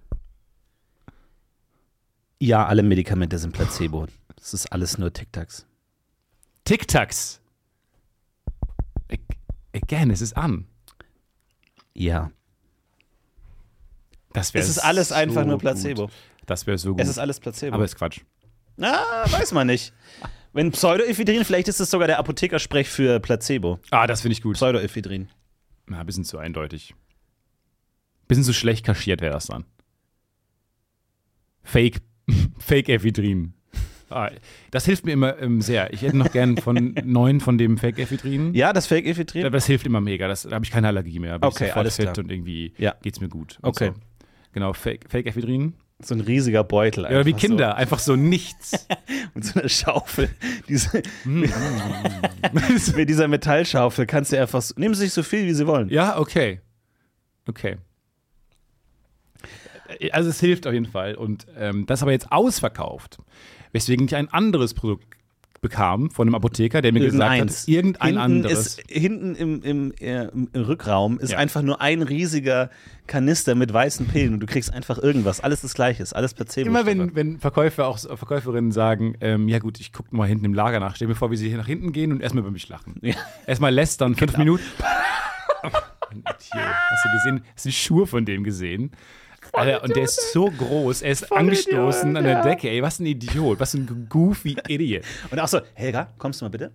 B: Ja, alle Medikamente sind Placebo. Das ist alles nur Tic-Tacs.
C: Tic-Tacs. Ag- Again, es ist an.
B: Ja.
C: Das wäre
B: Es ist alles
C: so
B: einfach nur
C: gut.
B: Placebo.
C: Das wäre so gut.
B: Es ist alles Placebo.
C: aber ist Quatsch.
B: ah, weiß man nicht. Wenn Pseudoephedrin, vielleicht ist es sogar der Apothekersprech für Placebo.
C: Ah, das finde ich gut.
B: Pseudoephedrin.
C: Na, bisschen zu eindeutig. Bisschen zu schlecht kaschiert wäre das dann. Fake. Fake Ephedrin. Ah, das hilft mir immer ähm, sehr. Ich hätte noch gern von neun von dem Fake Ephedrin.
B: Ja, das Fake-Ephedrin?
C: Aber das hilft immer mega. Das, da habe ich keine Allergie mehr. Da bin
B: Okay,
C: ich sofort
B: alles
C: fit
B: klar.
C: und irgendwie
B: Ja.
C: geht's mir gut. und
B: Okay.
C: So. Genau, Fake, Fake Ephedrin.
B: So ein riesiger Beutel.
C: Ja, wie
B: einfach so.
C: Kinder, einfach so nichts.
B: Mit so einer Schaufel. Diese, mit dieser Metallschaufel kannst du einfach. So, nehmen Sie sich so viel, wie Sie wollen.
C: ja, okay. Okay. Also es hilft auf jeden Fall. Und ähm, das ist aber jetzt ausverkauft. Weswegen ich ein anderes Produkt bekam von einem Apotheker, der mir gesagt hat, irgendein
B: hinten
C: anderes.
B: Ist, hinten im, im, äh, im Rückraum ist
C: Ja.
B: einfach nur ein riesiger Kanister mit weißen Pillen und du kriegst einfach irgendwas. Alles das Gleiche, ist alles Placebo.
C: Immer
B: Stefan.
C: wenn, wenn Verkäufer auch Verkäuferinnen sagen, ähm, ja gut, ich gucke mal hinten im Lager nach, stell mir vor, wie sie hier nach hinten gehen und erstmal über mich lachen.
B: Ja. Genau.
C: Erstmal lästern, fünf Minuten. Ein Idiot. Hast du gesehen? Hast du die Schuhe von dem gesehen? Alter, und der ist so groß, er ist angestoßen an der Decke, ey, was ein Idiot, was ein goofy Idiot.
B: Und auch so, Helga, kommst du mal bitte?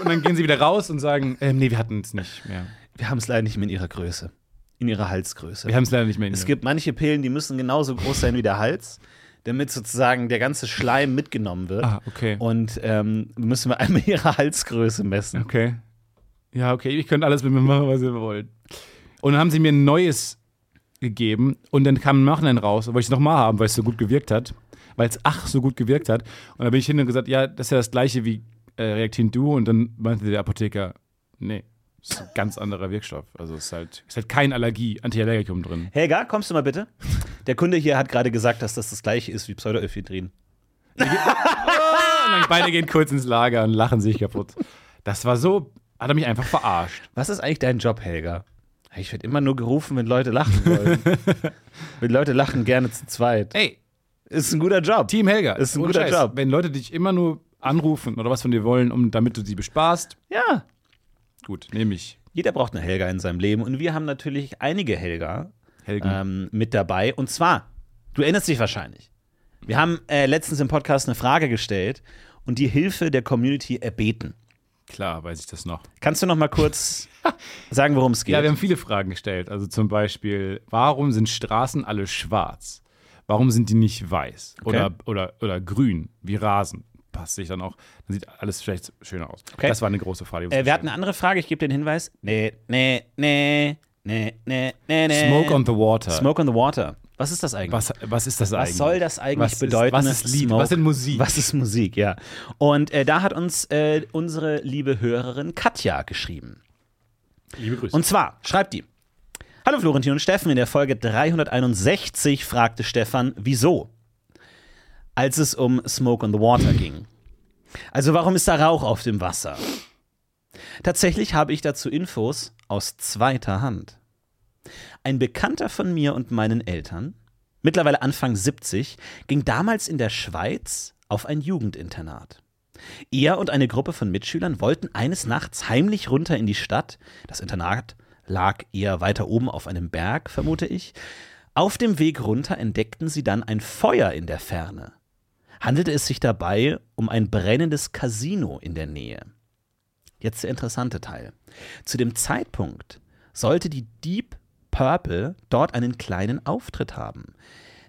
C: Und dann gehen sie wieder raus und sagen, ähm, nee, wir hatten es nicht mehr.
B: Wir haben es leider nicht mehr in ihrer Größe. In ihrer Halsgröße.
C: Wir haben es leider nicht mehr. in
B: es
C: ihr.
B: gibt manche Pillen, die müssen genauso groß sein wie der Hals, damit sozusagen der ganze Schleim mitgenommen wird.
C: Ah, okay.
B: Und ähm, müssen wir einmal ihre Halsgröße messen.
C: Okay. Ja, okay, ich könnte alles mit mir machen, was ihr wollt. Und dann haben sie mir ein neues gegeben und dann kam ein Nachhinein raus, wollte ich es nochmal haben, weil es so gut gewirkt hat. Weil es ach so gut gewirkt hat. Und dann bin ich hin und gesagt, ja, das ist ja das gleiche wie äh, Reaktin Duo und dann meinte der Apotheker, nee, das ist ein ganz anderer Wirkstoff. Also es ist halt, ist halt kein Allergie, Antiallergikum drin.
B: Helga, kommst du mal bitte? Der Kunde hier hat gerade gesagt, dass das das gleiche ist wie Pseudoephedrin.
C: Und dann beide gehen kurz ins Lager und lachen sich kaputt. Das war so, hat er mich einfach verarscht.
B: Was ist eigentlich dein Job, Helga? Ich werde immer nur gerufen, wenn Leute lachen wollen. wenn Leute lachen, gerne zu zweit.
C: Ey,
B: Ist ein guter Job.
C: Team Helga.
B: Ist ein
C: Ohne
B: guter Job.
C: Wenn Leute dich immer nur anrufen oder was von dir wollen, um, damit du sie besparst,
B: Ja.
C: gut, nehme ich.
B: Jeder braucht eine Helga in seinem Leben. Und wir haben natürlich einige Helga
C: Helgen.
B: ähm, mit dabei. Und zwar, du erinnerst dich wahrscheinlich. Wir haben äh, letztens im Podcast eine Frage gestellt und die Hilfe der Community erbeten.
C: Klar, weiß ich das noch.
B: Kannst du noch mal kurz sagen, worum es geht?
C: Ja, wir haben viele Fragen gestellt. Also zum Beispiel, warum sind Straßen alle schwarz? Warum sind die nicht weiß oder, oder, oder grün, wie Rasen? Passt sich dann auch. Dann sieht alles vielleicht schöner aus.
B: Okay.
C: Das war eine große Frage. die uns
B: äh, wir hatten
C: gestellt
B: eine andere Frage, ich gebe dir den Hinweis. Nee, nee, nee, nee, nee, nee,
C: wurde.
B: nee.
C: Smoke on the Water.
B: äh, Smoke on the Water. Was ist das eigentlich?
C: Was, was ist das eigentlich?
B: Was soll das eigentlich
C: was
B: bedeuten? ne?
C: Ist, was ist Lied?
B: Smoke?
C: Was sind Musik?
B: Was ist Musik, ja. Und äh, da hat uns äh, unsere liebe Hörerin Katja geschrieben.
C: Liebe Grüße.
B: Und zwar schreibt die: Hallo Florentin und Steffen, in der Folge 361 fragte Stefan, wieso? Als es um Smoke on the Water ging. Also, warum ist da Rauch auf dem Wasser? Tatsächlich habe ich dazu Infos aus zweiter Hand. Ein Bekannter von mir und meinen Eltern, mittlerweile Anfang 70, ging damals in der Schweiz auf ein Jugendinternat. Er und eine Gruppe von Mitschülern wollten eines Nachts heimlich runter in die Stadt. Das Internat lag eher weiter oben auf einem Berg, vermute ich. Auf dem Weg runter entdeckten sie dann ein Feuer in der Ferne. Handelte es sich dabei um ein brennendes Casino in der Nähe. Jetzt der interessante Teil. Zu dem Zeitpunkt sollte die Deep Purple dort einen kleinen Auftritt haben,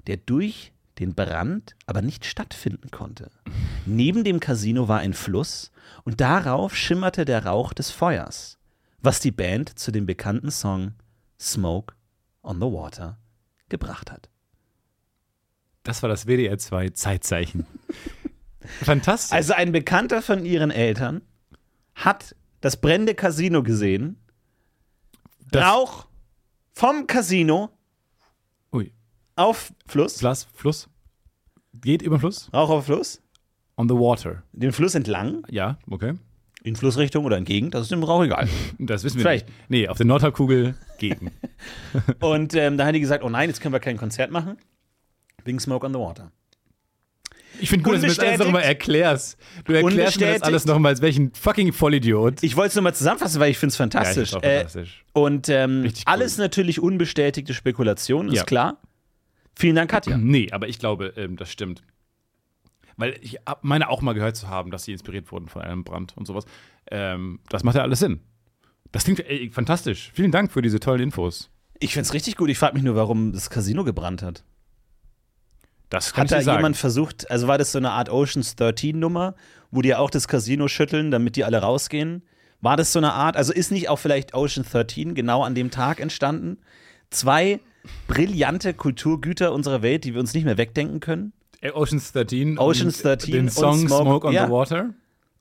B: der durch den Brand aber nicht stattfinden konnte. Neben dem Casino war ein Fluss und darauf schimmerte der Rauch des Feuers, was die Band zu dem bekannten Song Smoke on the Water gebracht hat.
C: Das war das WDR 2 Zeitzeichen. Fantastisch.
B: Also ein Bekannter von ihren Eltern hat das brennende Casino gesehen
C: Das-
B: Rauch vom Casino
C: Ui.
B: auf Fluss.
C: Fluss, Fluss. Geht über den Fluss?
B: Rauch auf Fluss.
C: On the water.
B: Den Fluss entlang,
C: Ja, okay.
B: in Flussrichtung oder entgegen, das ist dem Rauch egal.
C: Das wissen wir
B: Vielleicht.
C: nicht. Nee, auf der Nordhalbkugel gegen.
B: Und ähm, da haben die gesagt, oh nein, jetzt können wir kein Konzert machen. Wegen Smoke on the Water.
C: Ich finde gut, dass du mir das alles
B: Unbestätigt.
C: nochmal erklärst. Du erklärst mir das
B: Unbestätigt.
C: alles nochmal, als welchen fucking Vollidiot.
B: Ich wollte es nochmal zusammenfassen, weil ich finde es fantastisch.
C: Ja, ich find's auch fantastisch.
B: Äh, und ähm,
C: Richtig cool.
B: alles natürlich unbestätigte Spekulation, ist
C: Ja.
B: klar. Vielen Dank, Katja.
C: Nee, aber ich glaube, ähm, das stimmt. Weil ich hab- meine auch mal gehört zu haben, dass sie inspiriert wurden von einem Brand und sowas. Ähm, das macht ja alles Sinn. Das klingt ey, fantastisch. Vielen Dank für diese tollen Infos.
B: Ich finde es richtig gut. Ich frage mich nur, warum das Casino gebrannt hat.
C: Das kann
B: Hat
C: ich
B: da
C: dir sagen.
B: jemand versucht, also war das so eine Art Oceans 13 Nummer, wo die auch das Casino schütteln, damit die alle rausgehen? War das so eine Art, also ist nicht auch vielleicht Ocean 13 genau an dem Tag entstanden? Zwei brillante Kulturgüter unserer Welt, die wir uns nicht mehr wegdenken können?
C: Äh, Ocean's 13.
B: Ocean's
C: und
B: 13
C: Den
B: und
C: Song
B: Smoke-
C: Smoke, on
B: ja.
C: the Water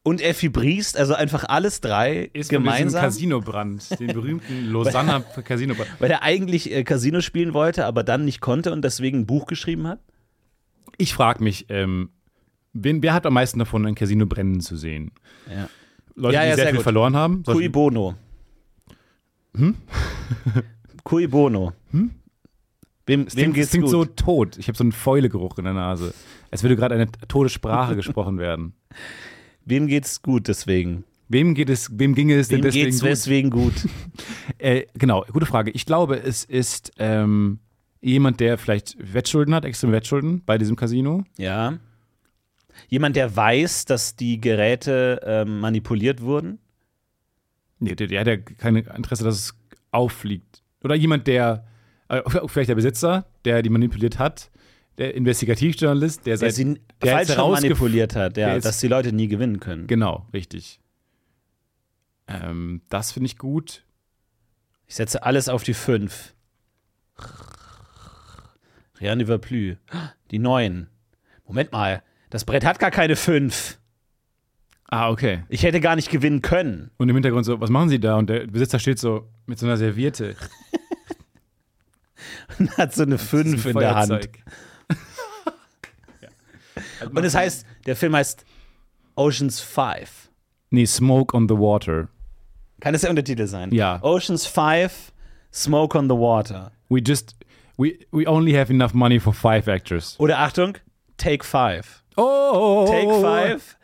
B: Und Effi Briest, also einfach alles drei
C: ist
B: gemeinsam.
C: von diesem Casinobrand, den berühmten Lausanner Casinobrand.
B: Weil er eigentlich äh, Casino spielen wollte, aber dann nicht konnte und deswegen ein Buch geschrieben hat.
C: Ich frage mich, ähm, wen, wer hat am meisten davon, ein Casino brennen zu sehen?
B: Ja.
C: Leute,
B: Ja, ja,
C: die sehr,
B: sehr
C: viel
B: gut.
C: verloren haben? Zum
B: Cui
C: Beispiel-
B: bono. Hm?
C: Hm?
B: Cui bono. Hm? Wem,
C: Es
B: wem
C: klingt,
B: geht's
C: es klingt
B: gut?
C: so tot. Ich habe so einen Fäulegeruch in der Nase. Als würde gerade eine tote Sprache gesprochen werden.
B: Wem geht's gut deswegen?
C: Wem geht es, wem ginge es
B: Wem
C: denn deswegen
B: geht's
C: gut?
B: deswegen gut?
C: Äh, genau, gute Frage. Ich glaube, es ist ähm, jemand, der vielleicht Wettschulden hat, extreme Wettschulden bei diesem Casino.
B: ja. Jemand, der weiß, dass die Geräte ähm, manipuliert wurden?
C: Nee, der, der hat ja kein Interesse, dass es auffliegt. Oder jemand, der, äh, vielleicht der Besitzer, der die manipuliert hat, der Investigativjournalist, der
B: Der
C: seit.
B: sie
C: der
B: falsch
C: jetzt
B: schon
C: herausgef-
B: manipuliert hat,
C: der
B: ja,
C: jetzt-
B: dass die Leute nie gewinnen können.
C: genau, richtig. Ähm, das finde ich gut.
B: Ich setze alles auf die 5. Rien ne va plus. Die 9. Moment mal, das Brett hat gar keine 5.
C: Ah, okay.
B: Ich hätte gar nicht gewinnen können.
C: Und im Hintergrund so, was machen Sie da? Und der Besitzer steht so mit so einer Serviette.
B: Und hat so eine 5 in der Hand.
C: Feuerzeug. Also
B: Und es heißt, der Film heißt Oceans 5.
C: Nee, Smoke on the Water.
B: Kann das der Untertitel sein?
C: Ja.
B: Oceans 5, Smoke on the Water.
C: We just, we, we only have enough money for five actors.
B: Oder Achtung, Take 5.
C: Oh!
B: Take 5.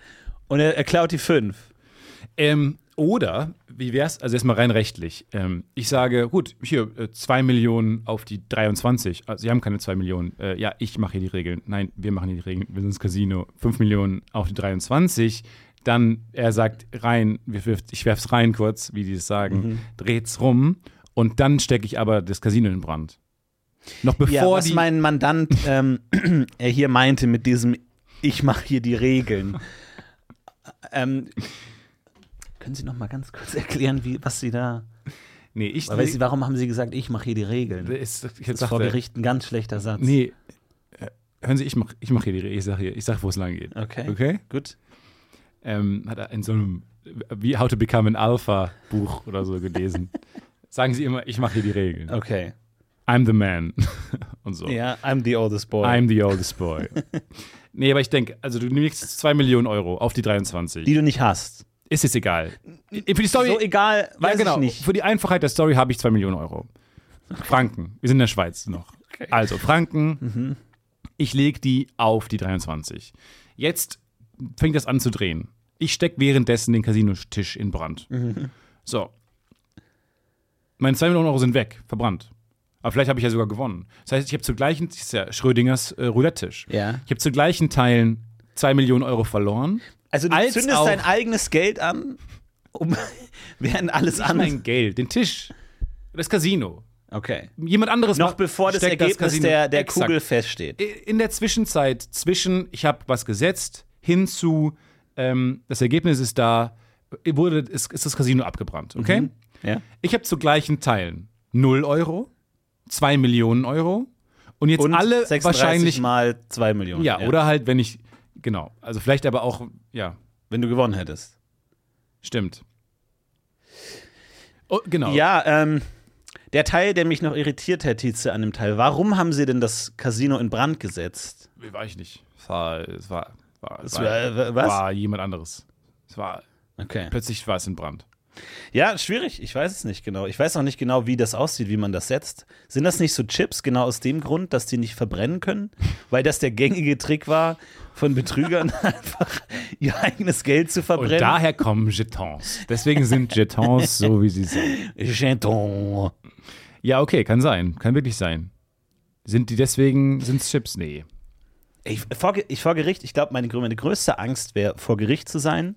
B: Und er, er klaut die 5.
C: Ähm, oder, wie wär's, also erstmal rein rechtlich. Ähm, ich sage, gut, hier, äh, 2 Millionen auf die 23. Also, Sie haben keine 2 Millionen. Äh, ja, ich mache hier die Regeln. Nein, wir machen hier die Regeln. Wir sind das Casino. 5 Millionen auf die 23. Dann, er sagt rein, wir wirft, ich werf's rein kurz, wie die es sagen,
B: Mhm.
C: dreht's rum. Und dann stecke ich aber das Casino in Brand. Noch bevor
B: Ja, was
C: die.
B: mein Mandant ähm, er hier meinte mit diesem Ich mache hier die Regeln. ähm, können Sie noch mal ganz kurz erklären, wie, was Sie da.
C: nee, ich.
B: Weil, Sie, warum haben Sie gesagt, ich mache hier die Regeln?
C: ist, ich
B: Das ist vor Gericht ein ganz schlechter Satz.
C: Nee, äh, hören Sie, ich mache ich mach hier die Regeln. Ich sage hier, ich sag, wo es lang geht.
B: Okay.
C: Okay?
B: Gut.
C: ähm, hat er in so einem wie How to Become an Alpha Buch oder so gelesen. Sagen sie immer, ich mache hier die Regeln.
B: Okay.
C: I'm the man und so.
B: Ja, I'm the oldest boy.
C: I'm the oldest boy. nee, aber ich denke, also du nimmst 2 Millionen Euro auf die 23.
B: die du nicht hast.
C: ist jetzt egal. Für die Story,
B: So egal, weiß
C: ja, genau.
B: ich nicht.
C: Für die Einfachheit der Story habe ich 2 Millionen Euro. Franken. Wir sind in der Schweiz noch. Also Franken.
B: Mhm.
C: Ich lege die auf die 23. Jetzt fängt das an zu drehen. Ich stecke währenddessen den Casinotisch in Brand.
B: Mhm.
C: So. Meine 2 Millionen Euro sind weg, verbrannt. Aber vielleicht habe ich ja sogar gewonnen. Das heißt, ich habe zu gleichen, das ist ja Schrödingers äh, Roulette-Tisch.
B: Ja.
C: Ich habe zu gleichen Teilen 2 Millionen Euro verloren.
B: Also du
C: als
B: zündest
C: auch-
B: dein eigenes Geld an, um, während alles
C: An
B: andere.
C: mein Geld, den Tisch, das Casino.
B: Okay.
C: jemand anderes
B: Noch
C: macht,
B: bevor das
C: steckt
B: Ergebnis
C: Casino-
B: der, der
C: Exakt.
B: Kugel feststeht.
C: In der Zwischenzeit zwischen ich habe was gesetzt hin zu ähm, das Ergebnis ist da wurde ist, ist das Casino abgebrannt, okay?
B: Mhm. Ja.
C: Ich habe zu gleichen Teilen 0 Euro, 2 Millionen Euro und jetzt
B: Und
C: alle
B: 36
C: wahrscheinlich
B: mal 2 Millionen.
C: ja, oder halt wenn ich genau, also vielleicht aber auch ja,
B: Wenn du gewonnen hättest.
C: stimmt. Oh, genau.
B: Ja, ähm, der Teil, der mich noch irritiert, Herr Tietze, an dem Teil, warum haben Sie denn das Casino in Brand gesetzt?
C: War ich nicht. Es war es war war,
B: Das war- äh, wa- was?
C: war jemand anderes. Es war
B: Okay.
C: plötzlich war es in Brand.
B: Ja, schwierig. Ich weiß es nicht genau. Ich weiß auch nicht genau, wie das aussieht, wie man das setzt. Sind das nicht so Chips, genau aus dem Grund, dass die nicht verbrennen können? Weil das der gängige Trick war, von Betrügern einfach ihr eigenes Geld zu
C: Und
B: verbrennen.
C: daher kommen Jetons. Deswegen sind Jetons so, wie sie sind.
B: Jeton.
C: Ja, okay, kann sein. Kann wirklich sein. Sind die deswegen, sind es Chips? Nee.
B: Ich, vor, Ge- ich vor Gericht, ich glaube, meine, grö- meine größte Angst wäre, vor Gericht zu sein.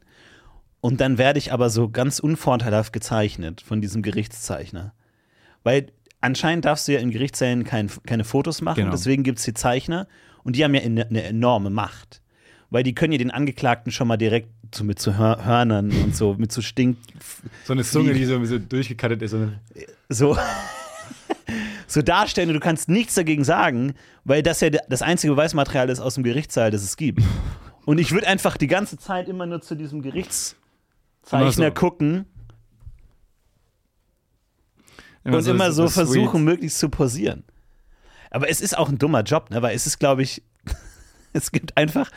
B: Und dann werde ich aber so ganz unvorteilhaft gezeichnet von diesem Gerichtszeichner. Weil anscheinend darfst du ja in Gerichtssälen kein, keine Fotos machen,
C: Genau.
B: deswegen gibt es die Zeichner und die haben ja eine, eine enorme Macht. weil die können ja den Angeklagten schon mal direkt so mit zu Hör- Hörnern und so, mit so Stink,
C: So eine Zunge, die so, so durchgekattet ist. Und
B: so, so darstellen und du kannst nichts dagegen sagen, weil das ja das einzige Beweismaterial ist aus dem Gerichtssaal, das es gibt. Und ich würde einfach die ganze Zeit immer nur zu diesem Gerichtszeichner
C: Immer so.
B: gucken und immer so versuchen, möglichst zu posieren. Aber es ist auch ein dummer Job, ne? weil es ist, glaube ich, es gibt einfach,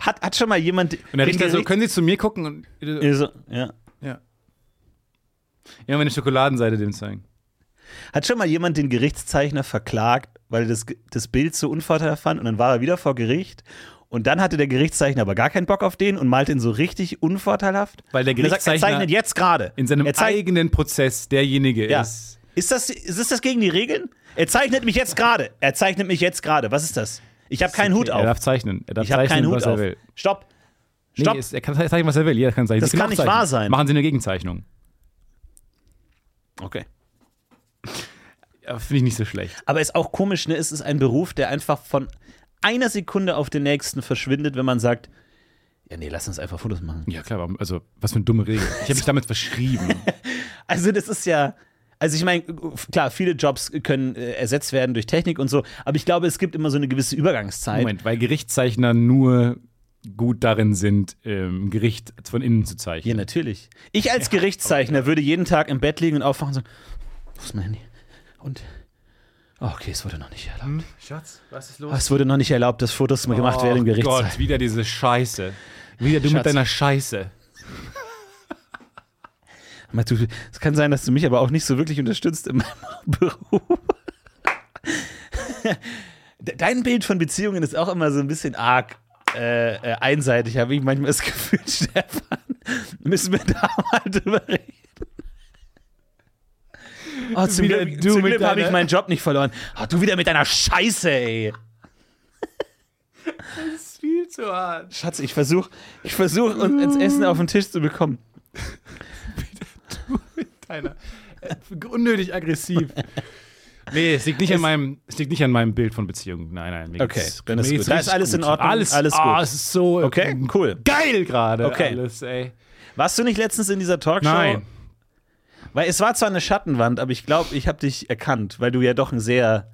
B: hat, hat schon mal jemand.
C: Und der Richter
B: den
C: so,
B: Gericht-
C: können Sie zu mir gucken? Und, ja.
B: Ja, so, ja.
C: ja, meine Schokoladenseite dem zeigen.
B: Hat schon mal jemand den Gerichtszeichner verklagt, weil er das, das Bild so unvorteilhaft fand und dann war er wieder vor Gericht und dann hatte der Gerichtszeichner aber gar keinen Bock auf den und malte ihn so richtig unvorteilhaft.
C: Weil der
B: Und er sagt, er
C: Gerichtszeichner
B: zeichnet jetzt gerade.
C: In seinem
B: er zeigt,
C: eigenen Prozess derjenige
B: ja.
C: ist.
B: ist, das, ist das gegen die Regeln? Er zeichnet mich jetzt gerade. Er zeichnet mich jetzt gerade. Was ist das? Ich habe keinen Hut
C: Er darf
B: auf.
C: zeichnen. Er darf
B: Ich habe
C: zeichnen,
B: keinen Hut
C: was er
B: auf.
C: will.
B: Stopp.
C: Nee,
B: Stopp.
C: es- er kann zeichnen, was er will. Jeder kann zeichnen.
B: Das
C: Sie können
B: kann nicht
C: auch zeichnen.
B: wahr sein.
C: Machen Sie eine Gegenzeichnung.
B: Okay.
C: Ja, Finde ich nicht so schlecht.
B: Aber ist auch komisch, ne? Es ist ein Beruf, der einfach von einer Sekunde auf den nächsten verschwindet, wenn man sagt, ja, nee, lass uns einfach Fotos machen.
C: Ja, klar. Warum, also, was für eine dumme Regel. Ich habe mich damit verschrieben.
B: Also das ist ja, also ich meine, klar, viele Jobs können äh, ersetzt werden durch Technik und so, aber ich glaube, es gibt immer so eine gewisse Übergangszeit.
C: Moment, weil Gerichtszeichner nur gut darin sind, ähm, Gericht von innen zu
B: Ja,
C: zeichnen.
B: natürlich. Ich als Gerichtszeichner würde jeden Tag im Bett liegen und aufwachen und sagen, wo ist mein Handy? Und, oh, okay, es wurde noch nicht
C: Hm.
B: erlaubt.
C: Schatz, was ist
B: Oh,
C: los?
B: Es wurde noch nicht erlaubt, dass Fotos Genau. gemacht werden im Gerichtszeichner.
C: Oh Gott, wieder diese Scheiße. Wieder du
B: Schatz.
C: mit deiner Scheiße.
B: Meinst du, Es kann sein, dass du mich aber auch nicht so wirklich unterstützt in meinem Beruf. De- Dein Bild von Beziehungen ist auch immer so ein bisschen arg äh, äh, einseitig, habe ich manchmal das Gefühl, Stefan. Müssen wir da mal drüber reden? Oh, zum
C: Wieder
B: Glück,
C: du
B: zum
C: mit
B: Glück habe ich
C: deiner-
B: meinen Job nicht verloren. Oh, du wieder mit deiner Scheiße, ey.
C: Das ist viel zu hart.
B: Schatz, ich versuche, ich versuche, uns ins Essen auf den Tisch zu bekommen.
C: Deiner. äh, Unnötig aggressiv. Nee, es liegt, nicht an meinem, es liegt nicht an meinem Bild von Beziehungen. Nein, nein. mir
B: Okay,
C: geht's-
B: dann ist
C: mir
B: gut.
C: geht's
B: Da
C: richtig
B: ist alles in Ordnung,
C: Alles,
B: alles
C: Ah,
B: gut.
C: es ist so
B: Okay,
C: ähm,
B: cool.
C: geil gerade.
B: Okay.
C: Alles, ey.
B: Warst du nicht letztens in dieser Talkshow?
C: Nein.
B: Weil es war zwar eine Schattenwand, aber ich glaube, ich habe dich erkannt, weil du ja doch ein sehr.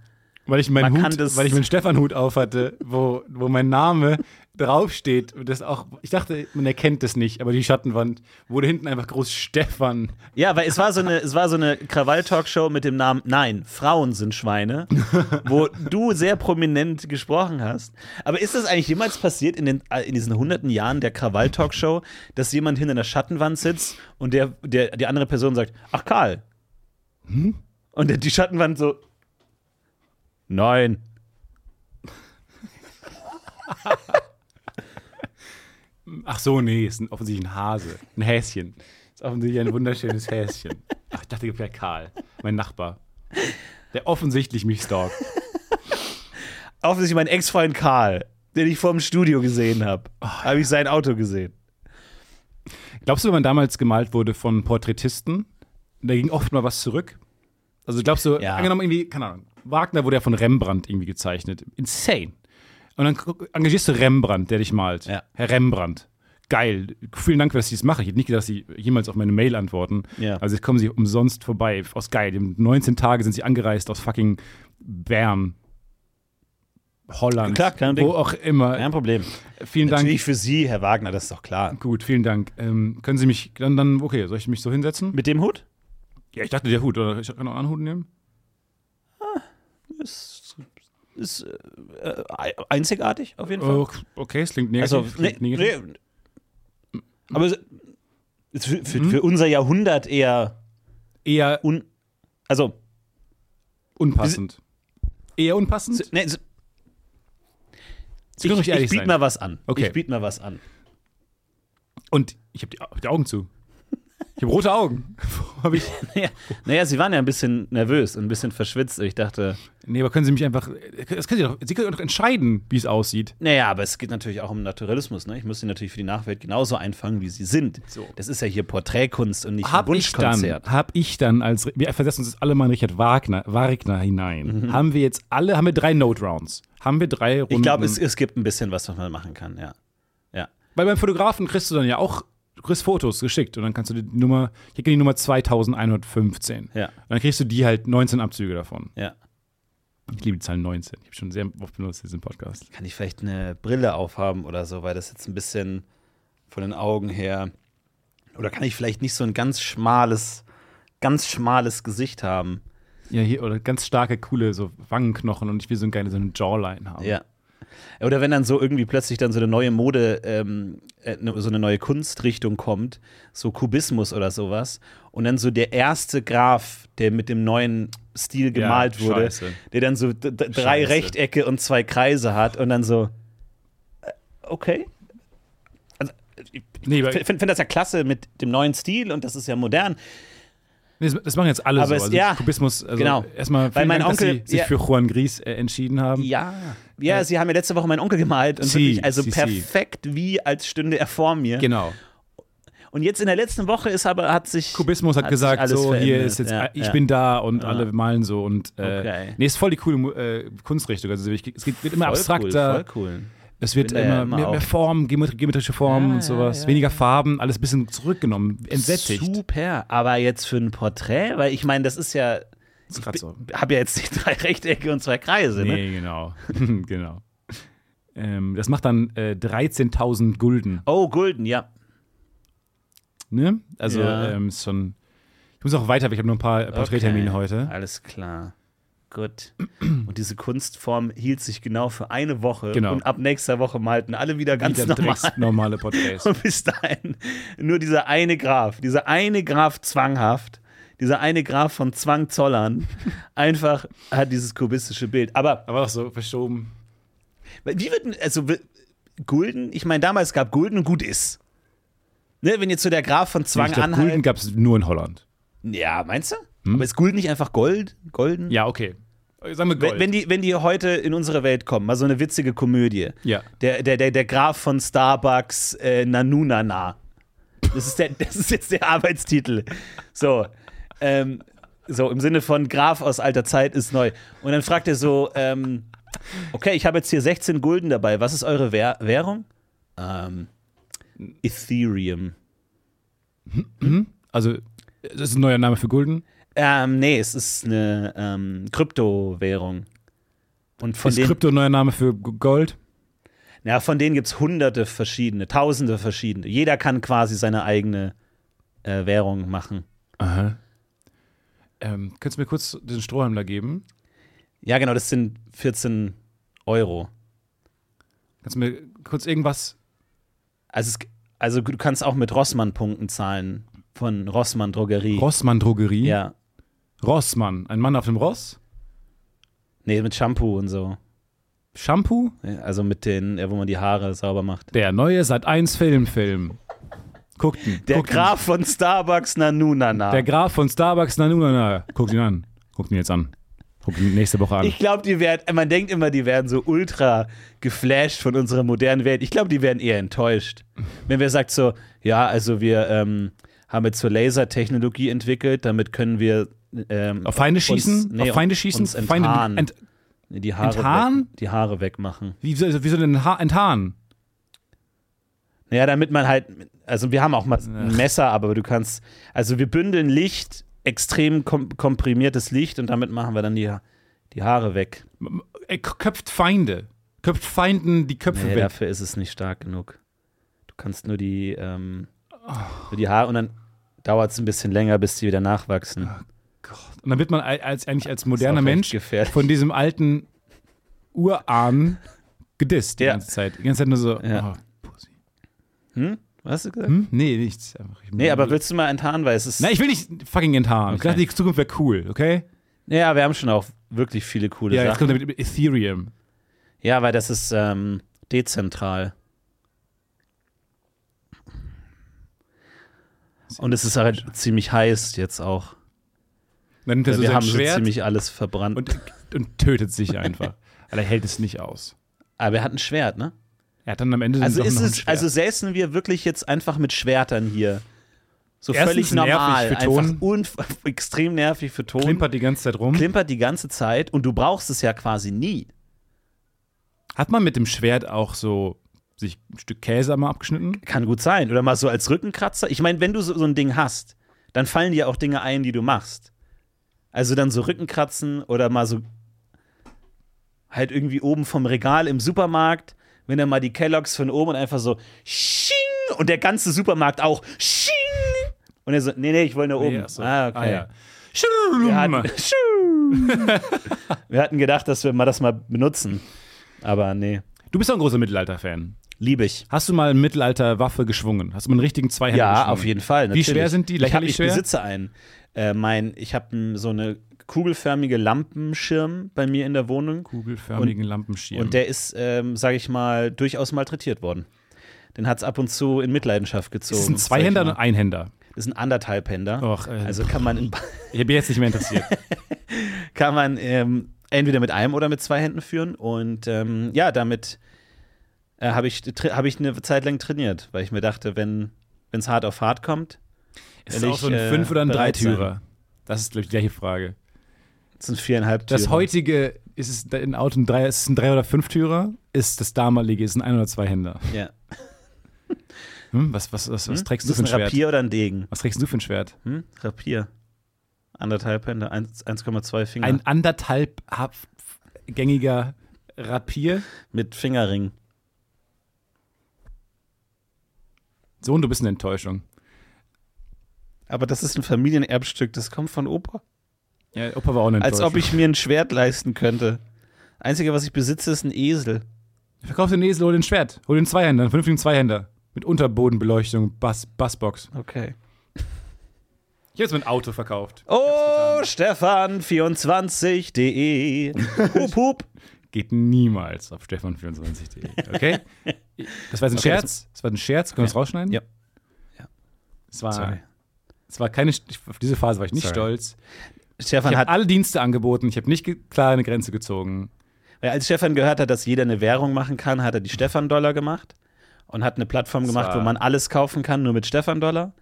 C: Weil ich meinen
B: Man kann
C: Hut,
B: das-
C: weil ich meinen Stefan-Hut auf hatte, wo, wo mein Name draufsteht. Und das auch, ich dachte, man erkennt das nicht, aber die Schattenwand wurde hinten einfach groß Stefan.
B: Ja, weil es war so eine, es war so eine Krawall-Talkshow mit dem Namen Nein, Frauen sind Schweine, wo du sehr prominent gesprochen hast. Aber ist das eigentlich jemals passiert in, den, äh, in diesen hunderten Jahren der Krawall-Talkshow, dass jemand hinter einer Schattenwand sitzt und der, der, die andere Person sagt, ach Karl. Und der, die Schattenwand so, nein.
C: Ach so, nee, ist ein, offensichtlich ein Hase, ein Häschen. Ist offensichtlich ein wunderschönes Häschen. Ach, ich dachte, wäre Karl, mein Nachbar, der offensichtlich mich stalkt.
B: offensichtlich meinen Ex-Freund Karl, den ich vor dem Studio gesehen habe. habe ich sein Auto gesehen.
C: Glaubst du, wenn man damals gemalt wurde von Porträtisten, da ging oft mal was zurück? Also glaubst du,
B: Ja.
C: angenommen irgendwie, keine Ahnung, Wagner wurde ja von Rembrandt irgendwie gezeichnet. Insane. Und dann gu- engagierst du Rembrandt, der dich malt.
B: Ja.
C: Herr Rembrandt. Geil. Vielen Dank, dass Sie das machen. Ich hätte nicht gedacht, dass Sie jemals auf meine Mail antworten.
B: Ja.
C: Also jetzt kommen Sie umsonst vorbei. Aus geil. In 19 Tage sind Sie angereist aus fucking Bern. Holland.
B: Klar, kein Ding.
C: Wo auch immer.
B: Kein Problem.
C: Vielen Dank.
B: Natürlich für Sie, Herr Wagner, das ist doch klar.
C: Gut, vielen Dank. Ähm, können Sie mich dann, dann, okay, soll ich mich so hinsetzen?
B: Mit dem Hut?
C: Ja, ich dachte, der Hut, oder? Ich kann auch einen Hut nehmen.
B: Ist, ist äh, äh, einzigartig, auf jeden Fall.
C: Oh, okay, es klingt negativ.
B: also,
C: es
B: nee,
C: klingt negativ.
B: nee. Aber es- ist für,
C: Mhm.
B: für, für unser Jahrhundert eher
C: Eher
B: un. Also,
C: unpassend. Eher unpassend?
B: nee, es-
C: Sie
B: ich,
C: können ruhig
B: ich,
C: ehrlich
B: biete
C: sein.
B: mal was an.
C: Okay.
B: Ich biete mal was an.
C: Und ich habe die, hab die Augen zu. Ich habe rote Augen. hab ich.
B: Naja, naja, Sie waren ja ein bisschen nervös und ein bisschen verschwitzt. Ich dachte,
C: Nee, aber können Sie mich einfach. Das können Sie, doch, Sie können doch entscheiden, wie es aussieht.
B: Naja, aber es geht natürlich auch um Naturalismus. Ne? Ich muss sie natürlich für die Nachwelt genauso einfangen, wie sie sind.
C: So.
B: Das ist ja hier Porträtkunst und nicht ein
C: Hab ich, dann,
B: Wunschkonzert.
C: hab ich dann als. Wir versetzen uns jetzt alle mal in Richard Wagner, Wagner hinein. Haben wir jetzt alle. Haben wir drei Note Rounds? Haben wir drei Runden?
B: Ich glaube, es, es gibt ein bisschen was, was man machen kann, ja.
C: Weil beim Fotografen kriegst du dann ja auch du kriegst Fotos geschickt und dann kannst du die Nummer, ich kriege die Nummer 2115.
B: Ja.
C: Und dann kriegst du die halt 19 Abzüge davon.
B: Ja.
C: Ich liebe die Zahl 19. Ich habe schon sehr oft benutzt diesen Podcast.
B: Kann ich vielleicht eine Brille aufhaben oder so, weil das jetzt ein bisschen von den Augen her. Oder kann ich vielleicht nicht so ein ganz schmales, ganz schmales Gesicht haben?
C: Ja, hier, oder ganz starke, coole so Wangenknochen und ich will so ein geile, so eine Jawline haben.
B: Ja. Oder wenn dann so irgendwie plötzlich dann so eine neue Mode, ähm, äh, ne- so eine neue Kunstrichtung kommt, so Kubismus oder sowas, und dann so der erste Graph, der mit dem neuen Stil gemalt wurde,
C: scheiße.
B: der dann so d- d- drei
C: Scheiße.
B: Rechtecke und zwei Kreise hat und dann so, äh, okay. Also, ich
C: Nee, weil-
B: finde find das ja klasse mit dem neuen Stil und das ist ja modern.
C: Nee, das- das machen jetzt alle
B: Aber
C: so.
B: es-
C: Also
B: ja.
C: Kubismus, also
B: Genau.
C: erstmal
B: Weil
C: vielen
B: mein
C: Dank,
B: Onkel-
C: dass sie sich
B: ja.
C: für Juan Gris äh, entschieden haben.
B: Ja. Ja, sie haben ja letzte Woche meinen Onkel gemalt und
C: Sie,
B: wirklich, also
C: sie, sie.
B: perfekt wie als stünde er vor mir.
C: Genau.
B: Und jetzt in der letzten Woche ist aber, hat sich.
C: Kubismus hat,
B: sich
C: gesagt,
B: alles
C: so hier
B: verändert.
C: ist jetzt,
B: Ja,
C: ich
B: ja.
C: bin da und alle malen so und äh,
B: Okay.
C: nee, ist voll die coole Mu- äh, Kunstrichtung. Also ich, es geht- wird immer
B: Voll
C: abstrakter,
B: Cool, voll cool.
C: es wird
B: bin da ja
C: immer,
B: immer
C: mehr, mehr
B: auch.
C: Formen, geometri- geometrische Formen und sowas, weniger Farben, alles ein bisschen zurückgenommen, entsättigt.
B: Super. Aber jetzt für ein Porträt, weil ich meine, das ist ja.
C: Ist grad so.
B: Hab ja jetzt die drei Rechtecke und zwei Kreise, ne?
C: Nee, genau, genau. Ähm, das macht dann äh, 13.000 Gulden.
B: Oh, Gulden, ja.
C: Ne? Also
B: Ja.
C: ähm, ist schon. Ich muss auch weiter, weil ich habe nur ein paar Porträttermine heute.
B: Alles klar. Gut. Und diese Kunstform hielt sich genau für eine Woche.
C: Genau.
B: Und ab nächster Woche malten alle wieder ganz
C: Wieder
B: normal.
C: direkt normale Porträts.
B: Und bis dahin nur dieser eine Graf, dieser eine Graf zwanghaft, dieser eine Graf von Zwangzollern, einfach hat dieses kubistische Bild. Aber
C: Aber auch so verschoben.
B: wie wird, denn- also w- Gulden, ich meine, damals gab Gulden und gut ist. Ne, wenn jetzt so der Graf von
C: Nee,
B: Zwang
C: ich glaub, Gulden
B: anhalt.
C: gab es nur in Holland.
B: Ja, meinst du?
C: Hm?
B: Aber ist Gulden nicht einfach Gold? Golden?
C: Ja, okay. Sagen wir Gold.
B: Wenn, wenn, die, wenn die heute in unsere Welt kommen, mal so eine witzige Komödie.
C: Ja.
B: Der, der, der, der Graf von Starbucks, äh, Nanunana. Das ist, der, das ist jetzt der Arbeitstitel. So. Ähm, so, im Sinne von Graf aus alter Zeit ist neu. Und dann fragt er so: ähm, Okay, ich habe jetzt hier 16 Gulden dabei. Was ist eure Währ Währung? Ähm, Ethereum.
C: Also, das ist ein neuer Name für Gulden.
B: Ähm, nee, es ist eine ähm, Kryptowährung. Und von
C: ist
B: den
C: Krypto ein neuer Name für G- Gold?
B: Ja, von denen gibt es hunderte verschiedene, tausende verschiedene. Jeder kann quasi seine eigene äh, Währung machen.
C: Aha. Ähm, könntest du mir kurz den Strohhalm da geben?
B: Ja, genau, das sind 14 Euro.
C: Kannst du mir kurz irgendwas.
B: Also, es, also du kannst auch mit Rossmann-Punkten zahlen von Rossmann Drogerie.
C: Rossmann Drogerie?
B: ja.
C: Rossmann. Ein Mann auf dem Ross?
B: Nee, mit Shampoo und so.
C: Shampoo?
B: Ja, Also mit den, ja, wo man die Haare sauber macht.
C: Der neue Sat1 Filmfilm. Guckt ihn.
B: Der
C: guckt ihn.
B: Graf von Starbucks Nanunana.
C: Der Graf von Starbucks, na, na, na. Guckt ihn an. Guckt ihn jetzt an. Guckt ihn nächste Woche an.
B: ich glaube, die werden, man denkt immer, die werden so ultra geflasht von unserer modernen Welt. Ich glaube, die werden eher enttäuscht. Wenn wer sagt so, ja, also wir ähm, haben jetzt so Lasertechnologie entwickelt, damit können wir ähm,
C: auf Feinde
B: uns,
C: schießen?
B: nee,
C: auf Feinde schießen?
B: uns
C: Feinde
B: enthaaren,
C: ent,
B: die, Haare
C: enthaaren?
B: Weg, die Haare wegmachen.
C: wie, soll- wie soll denn ha enthaaren?
B: Naja, damit man halt, also wir haben auch mal ein Messer, aber du kannst, also wir bündeln Licht, extrem kom komprimiertes Licht und damit machen wir dann die, Ha- die Haare weg.
C: Er köpft Feinde. Köpft Feinden die Köpfe
B: Nee,
C: weg.
B: dafür ist es nicht stark genug. Du kannst nur die, ähm,
C: Ah.
B: nur die Haare und dann dauert es ein bisschen länger, bis die wieder nachwachsen.
C: Und dann wird man al- als, eigentlich als
B: Ist
C: moderner
B: auch recht
C: Ah, Mensch
B: gefährlich.
C: von diesem alten Urahn gedisst die
B: Ja.
C: ganze Zeit. Die ganze Zeit nur so,
B: Ja.
C: oh, Pussy.
B: Hm? Was hast du gesagt?
C: Hm? Nee, nichts. Einfach, ich
B: Nee, aber willst du mal enttarnen, weil es ist.
C: Nein, ich will nicht fucking enthaaren. Ich
B: Okay.
C: dachte, die Zukunft wäre cool, okay?
B: ja, wir haben schon auch wirklich viele coole
C: Ja, jetzt
B: Sachen.
C: kommt er mit Ethereum.
B: Ja, weil das ist ähm, dezentral. Und es ist halt ziemlich heiß jetzt auch.
C: Dann nimmt er so
B: wir
C: sein
B: haben so
C: Schwert
B: ziemlich alles verbrannt.
C: und, und tötet sich einfach. Weil er hält es nicht aus.
B: Aber er hat ein Schwert, ne?
C: Er hat dann am Ende
B: Also
C: noch
B: ist
C: noch ein
B: es,
C: Schwert.
B: also säßen wir wirklich jetzt einfach mit Schwertern hier. So
C: Erstens
B: völlig normal.
C: nervig für Ton.
B: Einfach unf- extrem nervig für Ton.
C: klimpert die ganze Zeit rum.
B: Klimpert die ganze Zeit und du brauchst es ja quasi nie.
C: Hat man mit dem Schwert auch so sich ein Stück Käse einmal abgeschnitten.
B: Kann gut sein. Oder mal so als Rückenkratzer. Ich meine, wenn du so, so ein Ding hast, dann fallen dir auch Dinge ein, die du machst. Also dann so Rückenkratzen oder mal so halt irgendwie oben vom Regal im Supermarkt, wenn dann mal die Kelloggs von oben und einfach so Sching! und der ganze Supermarkt auch Sching! Und er so, nee, nee, ich will nur oben.
C: Nee, ach so.
B: Ah, okay.
C: Ah, ja.
B: Wir hatten, wir hatten gedacht, dass wir mal das mal benutzen. Aber nee,
C: Du bist doch ein großer Mittelalter-Fan.
B: liebe ich.
C: Hast du mal eine Mittelalter-Waffe geschwungen? Hast du mal einen richtigen Zweihänder
B: Ja,
C: geschwungen?
B: auf jeden Fall.
C: Wie
B: Natürlich.
C: schwer sind die?
B: Ich, hab,
C: Lächerlich
B: ich
C: schwer?
B: besitze einen. Äh, mein, ich habe so eine kugelförmige Lampenschirm bei mir in der Wohnung.
C: kugelförmigen Lampenschirm.
B: Und der ist, ähm, sage ich mal, durchaus malträtiert worden. Den hat es ab und zu in Mitleidenschaft gezogen.
C: ist es ein
B: sag ich
C: Zweihänder
B: mal.
C: oder ein Einhänder?
B: Das ist ein anderthalbhänder.
C: Och, äh,
B: also kann man, in,
C: Ich bin jetzt nicht mehr interessiert.
B: kann man ähm, entweder mit einem oder mit zwei Händen führen. Und ähm, ja, damit äh, habe ich, tra- hab ich eine Zeit lang trainiert, weil ich mir dachte, wenn es hart auf hart kommt,
C: ist es
B: Will
C: auch so ein
B: ich, äh,
C: Fünf- oder ein
B: bereit sein?
C: Dreitürer? Das ist, glaube ich, die gleiche Frage.
B: sind viereinhalb
C: Das
B: Türen.
C: heutige, ist es ein Auto ein Dreier, ist es ein Drei- oder Fünftürer? Ist das damalige, ist ein Ein- oder Zweihänder?
B: Ja.
C: Hm? Was, was, was, was trägst
B: Ist
C: du
B: das
C: für ein
B: ein
C: Schwert?
B: Rapier oder ein Degen?
C: Was trägst du für ein Schwert?
B: Hm? Rapier. Anderthalb Hände, 1,2 Finger.
C: Ein anderthalbgängiger Rapier?
B: mit Fingerring.
C: Sohn, du bist eine Enttäuschung.
B: Aber das ist ein Familienerbstück, das kommt von Opa.
C: Ja, Opa war auch eine
B: Als
C: Enttäuschung.
B: ob ich mir ein Schwert leisten könnte. Einzige, was ich besitze, ist ein Esel.
C: Verkauf den Esel, hol den Schwert. Hol den Zweihänder, einen vernünftigen Zweihänder. Mit Unterbodenbeleuchtung, Bass, Bassbox.
B: Okay.
C: Ich habe jetzt mein Auto verkauft.
B: Oh, Stefan24.de. E. Hup, hup.
C: Geht niemals auf stefan24.de, okay? Das war jetzt ein
B: Okay,
C: Scherz. Das war ein Scherz. Können wir das rausschneiden?
B: Ja. Ja.
C: Es war,
B: Sorry.
C: Es war keine, ich- auf diese Phase war ich nicht
B: Sorry.
C: stolz. Ich
B: Stefan
C: habe
B: hat,
C: alle Dienste angeboten. Ich habe nicht ge- klar eine Grenze gezogen.
B: weil als Stefan gehört hat, dass jeder eine Währung machen kann, hat er die Stefan-Dollar gemacht und hat eine Plattform gemacht,
C: war-
B: wo man alles kaufen kann, nur mit Stefan-Dollar.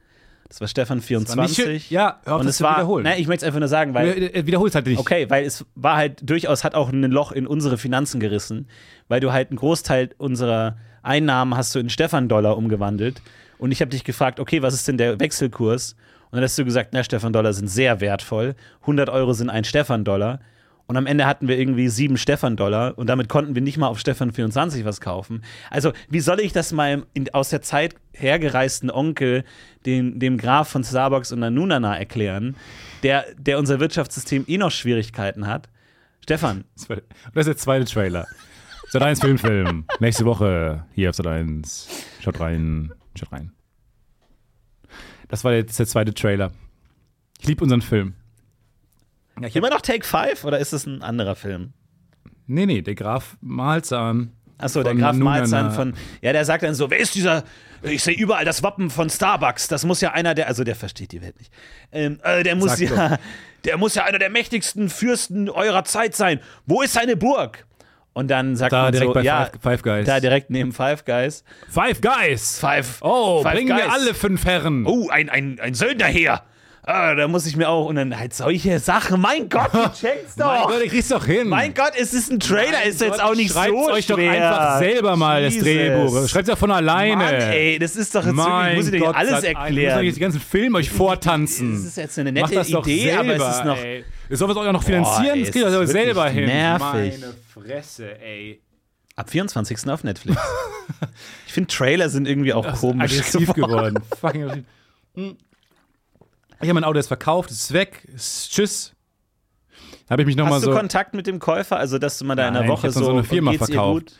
B: Das war Stefan24.
C: War nicht schön. Ja, hör auf,
B: und
C: das
B: es
C: zu
B: war,
C: wiederholen.
B: ne, ich möchte es einfach nur sagen, weil
C: Wiederhol es halt nicht.
B: Okay, weil es war halt durchaus, hat auch ein Loch in unsere Finanzen gerissen, weil du halt einen Großteil unserer Einnahmen hast du in Stefan-Dollar umgewandelt. Und ich habe dich gefragt, okay, was ist denn der Wechselkurs? Und dann hast du gesagt, na, Stefan-Dollar sind sehr wertvoll. 100 Euro sind ein Stefan-Dollar. Und am Ende hatten wir irgendwie sieben Stefan-Dollar und damit konnten wir nicht mal auf Stefan 24 was kaufen. Also, wie soll ich das meinem in, aus der Zeit hergereisten Onkel, den, dem Graf von Starbucks und Nanunana erklären, der, der unser Wirtschaftssystem eh noch Schwierigkeiten hat? Stefan,
C: Das war- Und das ist der zweite Trailer. Sat 1 Filmfilm. Nächste Woche hier auf Sat 1. Schaut rein. Schaut rein. Das war jetzt der zweite Trailer. Ich liebe unseren Film.
B: immer noch Take Five oder ist es ein anderer Film?
C: Nee, nee, der Graf Malzahn.
B: Achso, der
C: Von
B: Graf
C: Nanunana.
B: Malzahn von. Ja, der sagt dann so: Wer ist dieser? Ich sehe überall das Wappen von Starbucks. Das muss ja einer der. Also, der versteht die Welt nicht. Ähm, äh, der, muss
C: Sag
B: ja, der muss ja einer der mächtigsten Fürsten eurer Zeit sein. Wo ist seine Burg? Und dann sagt
C: Da
B: man
C: direkt
B: so:
C: bei
B: Ja,
C: Five, Five Guys.
B: da direkt neben Five Guys.
C: Five Guys!
B: Five.
C: oh,
B: Five
C: bringen wir
B: Guys.
C: alle fünf Herren.
B: Oh, ein, ein, ein Söldner her. Ah, da muss ich mir auch. Und dann halt solche Sachen. Mein Gott, ihr checkt's doch.
C: mein Gott, ihr kriegt's doch hin.
B: Mein Gott, es ist ein Trailer, ist jetzt auch nicht
C: Schreibt's
B: so
C: euch doch
B: schwer.
C: einfach selber mal das
B: Jesus.
C: Drehbuch. Schreibt's doch von alleine.
B: Mann, ey, das ist doch jetzt wirklich,
C: Mein
B: muss ich dir
C: Gott,
B: alles
C: Sat.1. Ich muss
B: erklären.
C: euch jetzt die ganzen Filme euch vortanzen.
B: Das ist jetzt eine
C: Macht
B: nette
C: das doch
B: Idee,
C: selber,
B: aber es ist noch.
C: Ey. Ihr sollt es euch auch noch finanzieren,
B: ey,
C: das kriegt ihr
B: es ist
C: doch selber
B: wirklich
C: hin.
B: nervig.
C: Meine Fresse, ey.
B: Ab 24. auf Netflix. ich finde, Trailer sind irgendwie auch komisch.
C: Aggressiv geworden. Fucking aggressiv. Hm. Ich habe mein Auto jetzt verkauft, es ist weg. es Ist, tschüss. Habe ich mich nochmal
B: Hast du
C: so. Ich
B: Kontakt mit dem Käufer? Also, dass du mal da in
C: Nein,
B: einer
C: ich
B: Woche
C: hab
B: so,
C: dann so eine
B: und
C: Firma
B: geht's ihr
C: verkauft.
B: gut?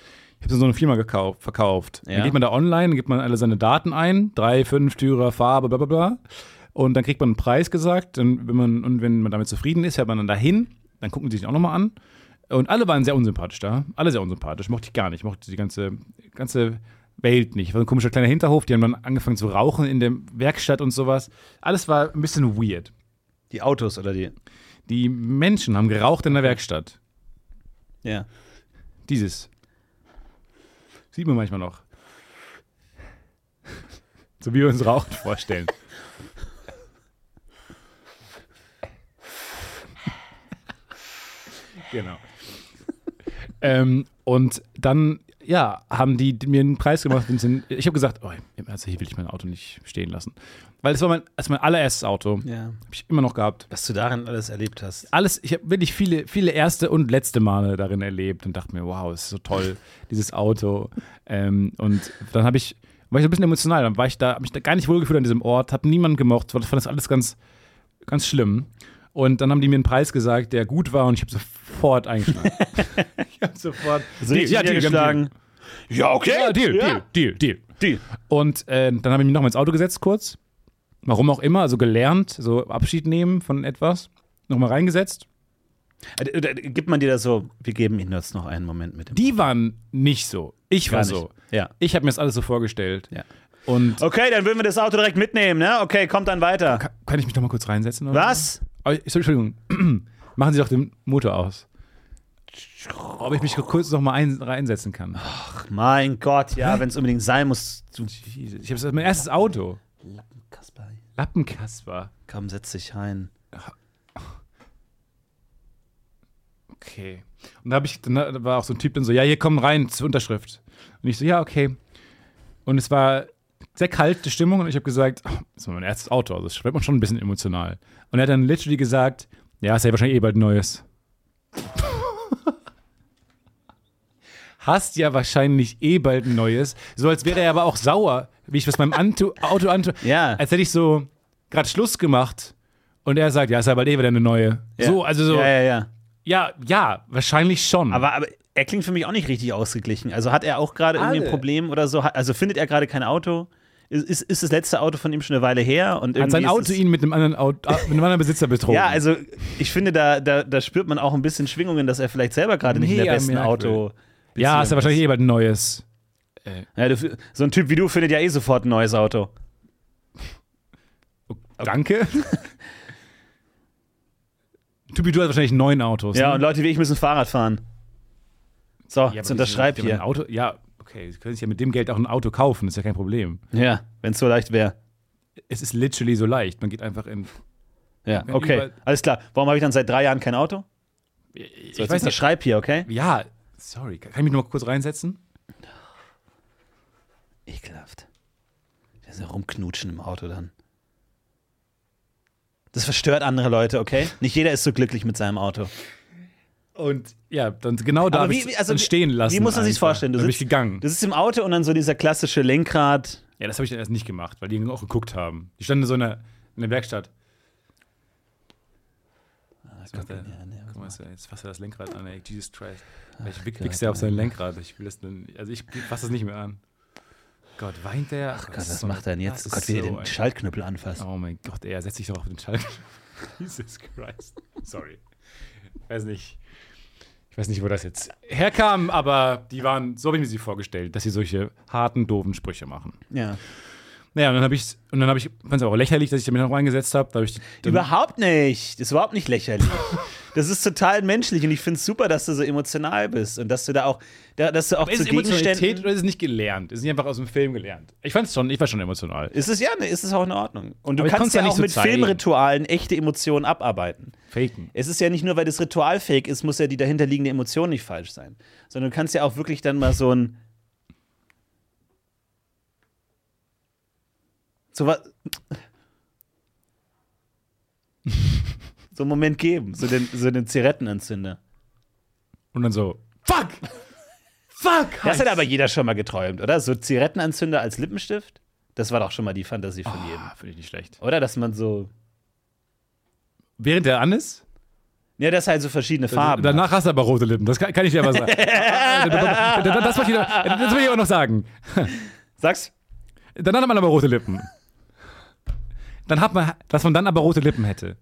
C: habe so eine Firma gekauft, verkauft.
B: Ja.
C: Dann geht man da online, gibt man alle seine Daten ein, drei, fünf Türer, Farbe, bla bla bla. Und dann kriegt man einen Preis gesagt. Und wenn man, und wenn man damit zufrieden ist, fährt man dann dahin. Dann gucken die sich auch nochmal an. Und alle waren sehr unsympathisch da. Alle sehr unsympathisch. Mochte ich gar nicht. Mochte die ganze, ganze Welt nicht. War so ein komischer kleiner Hinterhof. Die haben dann angefangen zu rauchen in der Werkstatt und sowas. Alles war ein bisschen weird.
B: Die Autos oder die.
C: Die Menschen haben geraucht in der Werkstatt.
B: Ja.
C: Dieses. Sieht man manchmal noch. So wie wir uns Rauchen vorstellen. genau. ähm, und dann ja, haben die mir einen Preis gemacht. Und sind, ich habe gesagt, oh, also hier will ich mein Auto nicht stehen lassen. Weil es war mein, also mein allererstes Auto.
B: Ja.
C: Habe ich immer noch gehabt.
B: Was du darin alles erlebt hast.
C: Alles, ich habe wirklich viele, viele erste und letzte Male darin erlebt und dachte mir, wow, es ist so toll, dieses Auto. Ähm, und dann habe ich, war ich so ein bisschen emotional, dann war ich da, habe mich da gar nicht wohlgefühlt an diesem Ort, habe niemanden gemocht, fand fand das alles ganz, ganz schlimm. Und dann haben die mir einen Preis gesagt, der gut war und ich habe sofort eingeschlagen. ich habe sofort.
B: So richtig niedergeschlagen.
C: Ja, okay. Ja, Deal,
B: Ja.
C: Deal, Deal, Deal.
B: Die.
C: Und äh, dann habe ich mich nochmal ins Auto gesetzt, kurz. Warum auch immer, also gelernt, so Abschied nehmen von etwas. Nochmal reingesetzt.
B: Äh, äh, Gibt man dir das so, wir geben ihnen jetzt noch einen Moment mit dem.
C: Die waren nicht so. Ich war
B: Gar
C: so.
B: nicht. Ja.
C: Ich habe mir das alles so vorgestellt.
B: Ja.
C: Und
B: Okay, dann würden wir das Auto direkt mitnehmen, ne? Okay, kommt dann weiter.
C: Ka- kann ich mich nochmal kurz reinsetzen? Oder?
B: Was?
C: Oh, ich- Entschuldigung. Machen Sie doch den Motor aus. Ob ich mich kurz nochmal ein, reinsetzen kann.
B: Ach, mein Gott, ja, wenn es unbedingt sein muss. Du
C: Jesus. Ich habe mein erstes Auto.
B: Lappenkasper.
C: Lappenkasper.
B: Komm, setz dich rein.
C: Okay. Und da habe ich, dann war auch so ein Typ dann so, ja, hier komm rein zur Unterschrift. Und ich so, ja, okay. Und es war sehr kalte Stimmung und ich habe gesagt, oh, das ist mein erstes Auto, also das schreibt man schon ein bisschen emotional. Und er hat dann literally gesagt, ja, ist ja wahrscheinlich eh bald ein neues. Hast ja wahrscheinlich eh bald ein neues. So als wäre er aber auch sauer, wie ich was meinem Antu Auto antue.
B: Ja.
C: Als hätte ich so gerade Schluss gemacht und er sagt, ja, ist ja bald eh wieder eine neue.
B: Ja.
C: So, also so.
B: Ja, ja, ja.
C: Ja, ja, wahrscheinlich schon.
B: Aber, aber er klingt für mich auch nicht richtig ausgeglichen. Also hat er auch gerade irgendwie ein
C: Alle.
B: Problem oder so? Hat- Also findet er gerade kein Auto? Ist, ist, ist das letzte Auto von ihm schon eine Weile her? Und
C: hat
B: irgendwie
C: sein
B: ist
C: Auto
B: es-
C: ihn mit einem anderen, Auto, mit einem anderen Besitzer betrogen?
B: Ja, also ich finde, da, da, da spürt man auch ein bisschen Schwingungen, dass er vielleicht selber gerade nicht in der
C: Mega
B: besten
C: merkwürdig.
B: Auto.
C: ja, ist ja wahrscheinlich eh bald ein neues.
B: Ja, du, so ein Typ wie du findet ja eh sofort ein neues Auto.
C: Danke. Tupi, du hast wahrscheinlich neun Autos.
B: Ja, und
C: ne?
B: Leute wie ich müssen Fahrrad fahren. So, jetzt unterschreib
C: aber ein
B: hier.
C: Auto, ja, okay, sie können sich ja mit dem Geld auch ein Auto kaufen, ist ja kein Problem.
B: Ja, wenn es so leicht wäre.
C: Es ist literally so leicht. Man geht einfach in.
B: Ja,
C: Wenn
B: okay.
C: überall-
B: Alles klar. Warum habe ich dann seit drei Jahren kein Auto?
C: Ich
B: So, jetzt unterschreib hier, okay?
C: Ja, sorry. Kann ich mich nur mal kurz reinsetzen?
B: Ekelhaft. Das ist rumknutschen im Auto dann. Das verstört andere Leute, okay? Nicht jeder ist so glücklich mit seinem Auto.
C: Und ja, dann genau da
B: Aber
C: habe
B: wie-
C: ich
B: wie-
C: es
B: also
C: dann
B: wie-
C: stehen lassen.
B: wie muss man sich's
C: einfach.
B: vorstellen? Du
C: Dann bin ich
B: sitzt-
C: gegangen.
B: Das ist im Auto und dann so dieser klassische Lenkrad.
C: Ja, das habe ich dann erst nicht gemacht, weil die auch geguckt haben. Die standen so in der, in der Werkstatt.
B: Ah,
C: Was macht der?
B: ne.
C: Guck mal, jetzt fasst er das Lenkrad an, ey. Jesus Christ.
B: Ah,
C: Ich wichst er auf sein Lenkrad. Ich will das denn, also ich fasse das nicht mehr an. Gott, weint der? Ach
B: Gott, was macht er denn jetzt? Oh Gott, wie er den Schaltknüppel anfasst.
C: Oh mein Gott, ey, er setzt sich doch auf den Schalter. Jesus Christ. Sorry. Ich weiß nicht. Ich weiß nicht, wo das jetzt herkam, aber die waren, so habe ich mir sie vorgestellt, dass sie solche harten, doofen Sprüche machen.
B: Ja.
C: Naja, und dann habe ich, und dann habe ich, fand es auch lächerlich, dass ich damit noch reingesetzt habe. Da habe ich, dann,
B: Überhaupt nicht. Das ist überhaupt nicht lächerlich. das ist total menschlich und ich finde es super, dass du so emotional bist und dass du da auch, da, dass du auch
C: ist
B: zu
C: es Emotionalität
B: Gegenständen.
C: oder ist es nicht gelernt? Ist es nicht einfach aus dem Film gelernt? Ich fand es schon, ich war schon emotional.
B: Ist es ja, ne, ist es auch in Ordnung. Und du
C: Aber ich
B: kannst
C: kann's ja
B: ja
C: nicht
B: auch
C: so
B: mit
C: zeigen.
B: Filmritualen echte Emotionen abarbeiten.
C: Faken.
B: Es ist ja nicht nur, weil das Ritual fake ist, muss ja die dahinterliegende Emotion nicht falsch sein. Sondern du kannst ja auch wirklich dann mal so ein. So was. so einen Moment geben. So den, so den Zigarettenentzünder.
C: Und dann so, fuck! fuck!
B: Das hat aber jeder schon mal geträumt, oder? So Zigarettenentzünder als Lippenstift? Das war doch schon mal die Fantasie von jedem.
C: Ah, Finde ich nicht schlecht.
B: Oder? Dass man so.
C: Während der an ist,
B: Ja, das halt so verschiedene Farben. hat.
C: danach hast du aber rote Lippen. Das kann, kann ich dir aber sagen. das, wollte ich, noch- das will ich aber noch sagen.
B: Sag's.
C: Danach hat man aber rote Lippen. Dann hat man, dass man dann aber rote Lippen hätte.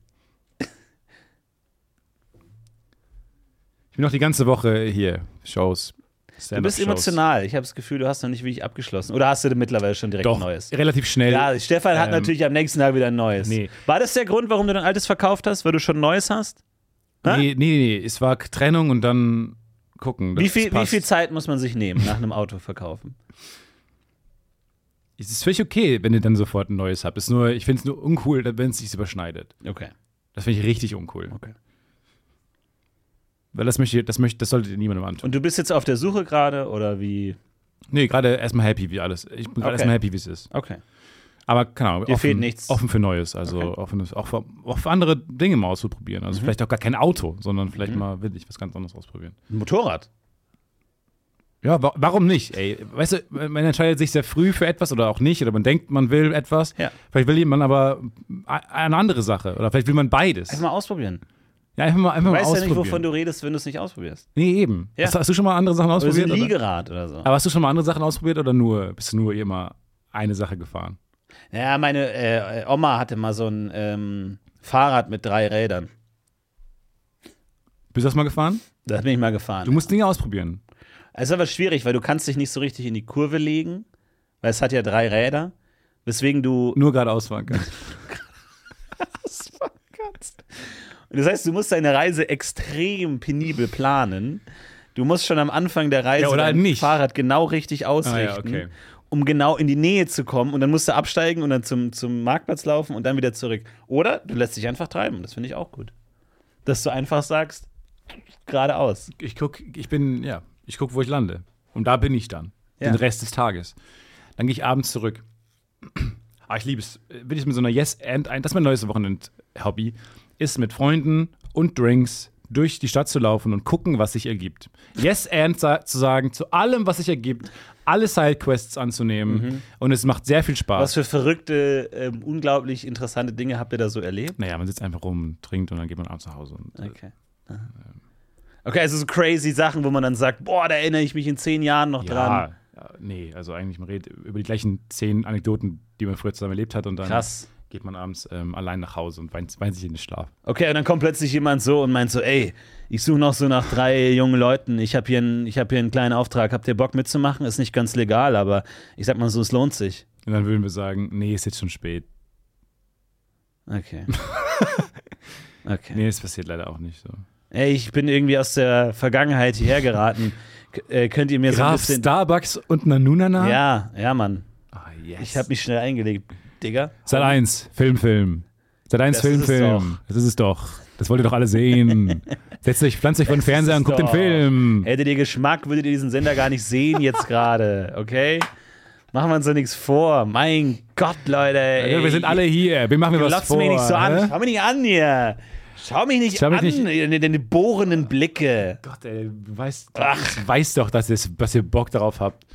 C: Ich bin noch die ganze Woche hier. Shows.
B: Du bist emotional. Ich habe das Gefühl, du hast noch nicht wirklich abgeschlossen. Oder hast du denn mittlerweile schon direkt
C: Doch,
B: ein neues?
C: relativ schnell.
B: Ja, ne? Stefan hat
C: Ähm,
B: natürlich am nächsten Tag wieder ein neues.
C: nee.
B: War das der Grund, warum du dein altes verkauft hast, weil du schon ein neues hast? Hä?
C: nee, nee, nee, es war Trennung und dann gucken. dass
B: Wie
C: es
B: viel, wie
C: passt.
B: viel Zeit muss man sich nehmen nach einem Auto verkaufen?
C: Es ist völlig okay, wenn ihr dann sofort ein neues habt. Es Ist nur, ich finde es nur uncool, wenn es sich überschneidet.
B: Okay.
C: Das finde ich richtig uncool.
B: Okay.
C: Weil das möchte, das möchte, das solltet ihr niemandem antun.
B: Und du bist jetzt auf der Suche gerade oder wie?
C: Nee, gerade erstmal happy wie alles. Ich bin gerade
B: Okay.
C: erstmal happy, wie es ist.
B: Okay.
C: Aber keine Ahnung,
B: Dir
C: offen,
B: fehlt nichts.
C: offen für Neues, also
B: Okay.
C: offen, auch, für, auch für andere Dinge mal auszuprobieren. Also vielleicht auch gar kein Auto, sondern vielleicht mal will ich was ganz anderes ausprobieren.
B: Ein Motorrad.
C: Ja, wa warum nicht? Ey, weißt du, man entscheidet sich sehr früh für etwas oder auch nicht, oder man denkt, man will etwas.
B: Ja.
C: Vielleicht will man aber a- eine andere Sache oder vielleicht will man beides.
B: Einfach mal ausprobieren.
C: ja, einfach mal, einfach
B: Du
C: mal
B: weißt ja nicht,
C: ausprobieren.
B: wovon du redest, wenn du es nicht ausprobierst.
C: nee, eben.
B: Ja.
C: Hast, hast du schon mal andere Sachen
B: Oder so ein
C: ausprobiert? oder?
B: Liegerad oder so.
C: Aber hast du schon mal andere Sachen ausprobiert oder nur bist du nur immer eine Sache gefahren?
B: Ja, meine äh, Oma hatte mal so ein ähm, Fahrrad mit drei Rädern.
C: Bist du das mal gefahren?
B: Da bin ich mal
C: Du
B: gefahren.
C: musst Dinge ausprobieren.
B: Es ist aber schwierig, weil du kannst dich nicht so richtig in die Kurve legen, weil es hat ja drei Räder, weswegen du
C: Nur geradeaus fahren kannst.
B: ausfahren kannst. Und das heißt, du musst deine Reise extrem penibel planen. Du musst schon am Anfang der Reise
C: Ja, oder
B: dein
C: nicht. Ah,
B: Fahrrad genau richtig ausrichten,
C: okay.
B: um genau in die Nähe zu kommen. Und dann musst du absteigen und dann zum, zum Marktplatz laufen und dann wieder zurück. Oder du lässt dich einfach treiben. Das finde ich auch gut. Dass du einfach sagst, geradeaus.
C: ich guck, ich bin, ja, ich guck, wo ich lande. Und da bin ich dann.
B: Ja.
C: Den Rest des Tages. Dann gehe ich abends zurück. Ah, ich liebe es. Bin ich mit so einer Yes and ein. Das ist mein neues Wochenend-Hobby. Ist mit Freunden und Drinks durch die Stadt zu laufen und gucken, was sich ergibt. Yes and sa zu sagen, zu allem, was sich ergibt, alle Sidequests anzunehmen. Und es macht sehr viel Spaß.
B: Mhm. Was für verrückte, ähm, unglaublich interessante Dinge habt ihr da so erlebt?
C: naja, man sitzt einfach rum, trinkt und dann geht man abends nach Hause. Und, äh,
B: Okay. Aha. Okay, also so crazy Sachen, wo man dann sagt, boah, da erinnere ich mich in zehn Jahren noch dran.
C: Ja, ja, nee, also eigentlich, man redet über die gleichen zehn Anekdoten, die man früher zusammen erlebt hat und dann
B: Krass.
C: geht man abends ähm, allein nach Hause und weint, weint sich in den Schlaf.
B: Okay, und dann kommt plötzlich jemand so und meint so, ey, ich suche noch so nach drei jungen Leuten. Ich habe hier, einen- ich hab hier einen kleinen Auftrag. Habt ihr Bock mitzumachen? Ist nicht ganz legal, aber ich sag mal so, es lohnt sich.
C: Und dann würden wir sagen, nee, ist jetzt schon spät.
B: Okay. Okay.
C: Nee, das passiert leider auch nicht so.
B: Ey, ich bin irgendwie aus der Vergangenheit hierher geraten. K äh, könnt ihr mir
C: Graf
B: so ein bisschen.
C: Starbucks und Nanunana?
B: Ja, ja, Mann.
C: Ah, yes.
B: Ich habe mich schnell eingelegt, Digga.
C: Sat 1, Film, Film. Sat 1,
B: Das ist
C: Film,
B: es
C: Film. Das ist es doch. Das wollt ihr doch alle sehen. Setzt euch, pflanzt euch vor den Fernseher
B: es
C: und guckt den
B: doch.
C: Film.
B: Hättet ihr Geschmack, würdet ihr diesen Sender gar nicht sehen jetzt gerade, okay? Machen wir uns doch nichts vor. Mein Gott, Leute. Ey.
C: wir sind alle hier. Wir machen mir was
B: Glotz
C: vor.
B: mich nicht so an.
C: hä?
B: Schau mich nicht an hier. Schau mich nicht
C: Schau mich
B: an,
C: nicht-
B: deine, deine bohrenden Blicke.
C: Gott, ey, du weißt, ich weiß doch, dass, es, dass ihr Bock darauf habt.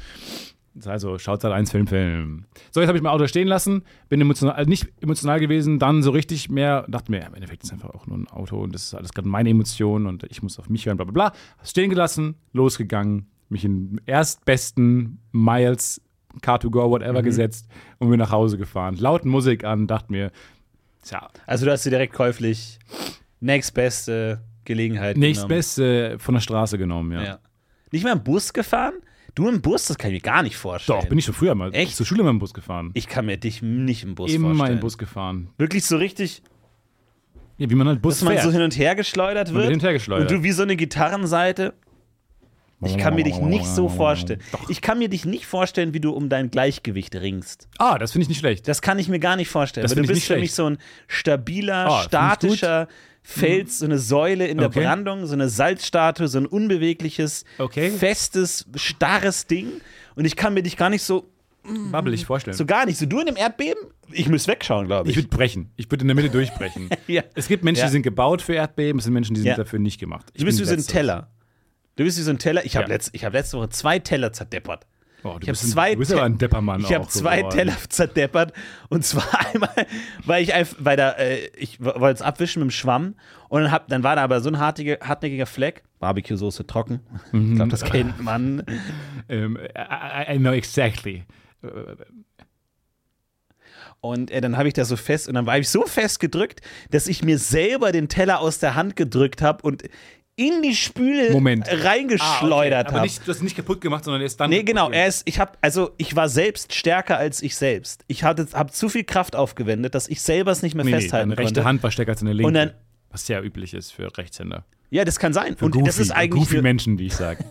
C: Also schaut halt eins Film, Film. So, jetzt habe ich mein Auto stehen lassen, bin emotional, also nicht emotional gewesen, dann so richtig mehr, dachte mir, ja, im Endeffekt ist es einfach auch nur ein Auto und das ist alles gerade meine Emotion und ich muss auf mich hören, bla bla bla. Hab's stehen gelassen, losgegangen, mich in erstbesten Miles, Car2Go, whatever gesetzt und bin nach Hause gefahren. Laut Musik an, dachte mir, tja,
B: Also du hast dir direkt käuflich nächstbeste Gelegenheit genommen.
C: nächstbeste äh, von der Straße genommen, ja.
B: Ja. Nicht mal im Bus gefahren? Du im Bus, das kann ich mir gar nicht vorstellen.
C: Doch, bin ich schon früher mal
B: Echt?
C: zur Schule mal im Bus gefahren.
B: ich kann mir dich nicht im Bus
C: immer
B: vorstellen.
C: im Bus gefahren.
B: Wirklich so richtig,
C: Ja, wie man halt Bus
B: dass man
C: fährt.
B: so hin und her geschleudert wird.
C: hin und her geschleudert.
B: Und du wie so eine Gitarrenseite. Ich kann mir dich nicht so vorstellen. Ich kann mir dich nicht vorstellen, wie du um dein Gleichgewicht ringst.
C: ah, das finde ich nicht schlecht.
B: Das kann ich mir gar nicht vorstellen.
C: Das
B: weil du
C: find ich
B: bist
C: nicht
B: für
C: schlecht.
B: mich so ein stabiler,
C: Ah, find ich gut. Mhm.
B: statischer Fels, so eine Säule in der
C: Okay.
B: Brandung, so eine Salzstatue, so ein unbewegliches,
C: Okay.
B: festes, starres Ding. Und ich kann mir dich gar nicht so,
C: Babbelig vorstellen.
B: so gar nicht, so du in dem Erdbeben, ich müsste wegschauen, glaube
C: ich
B: ich.
C: würde brechen. Ich würde in der Mitte durchbrechen.
B: Ja.
C: Es gibt Menschen,
B: Ja.
C: die sind gebaut für Erdbeben, es sind Menschen, die sind
B: Ja.
C: dafür nicht gemacht. Ich
B: du bist wie
C: bin
B: so ein
C: Letzteres.
B: Teller. Du bist wie so ein Teller. Ich habe
C: Ja.
B: letzt, ich hab letzte Woche zwei Teller zerdeppert.
C: Oh, du,
B: Ich habe
C: bist ein,
B: zwei
C: du bist aber ein
B: Te-
C: Deppermann
B: Ich habe
C: auch
B: zwei
C: geworden.
B: Teller zerdeppert und zwar einmal, weil ich einfach, weil da äh, ich w- wollte es abwischen mit dem Schwamm und dann, hab, dann war da aber so ein hartige, hartnäckiger Fleck. Barbecue-Soße trocken. Ich glaube,
C: Mhm.
B: das kennt man.
C: Ähm, I, I- I know exactly.
B: Ah, Und äh, dann habe ich da so fest und dann war ich so fest gedrückt, dass ich mir selber den Teller aus der Hand gedrückt habe und in die Spüle
C: Moment. Ah,
B: reingeschleudert
C: Aber
B: habe.
C: nicht, du hast ihn nicht kaputt gemacht, sondern er ist dann.
B: Nee, genau. Er ist, ich hab, also ich war selbst stärker als ich selbst. Ich hatte, habe zu viel Kraft aufgewendet, dass ich selber es nicht mehr
C: nee, nee,
B: festhalten
C: deine
B: konnte.
C: rechte Hand war stärker als deine linke.
B: Und dann-
C: was ja üblich ist für Rechtshänder.
B: Ja, das kann sein. Und
C: Goofy,
B: das ist eigentlich,
C: Goofy
B: eine,
C: Menschen, wie ich sage.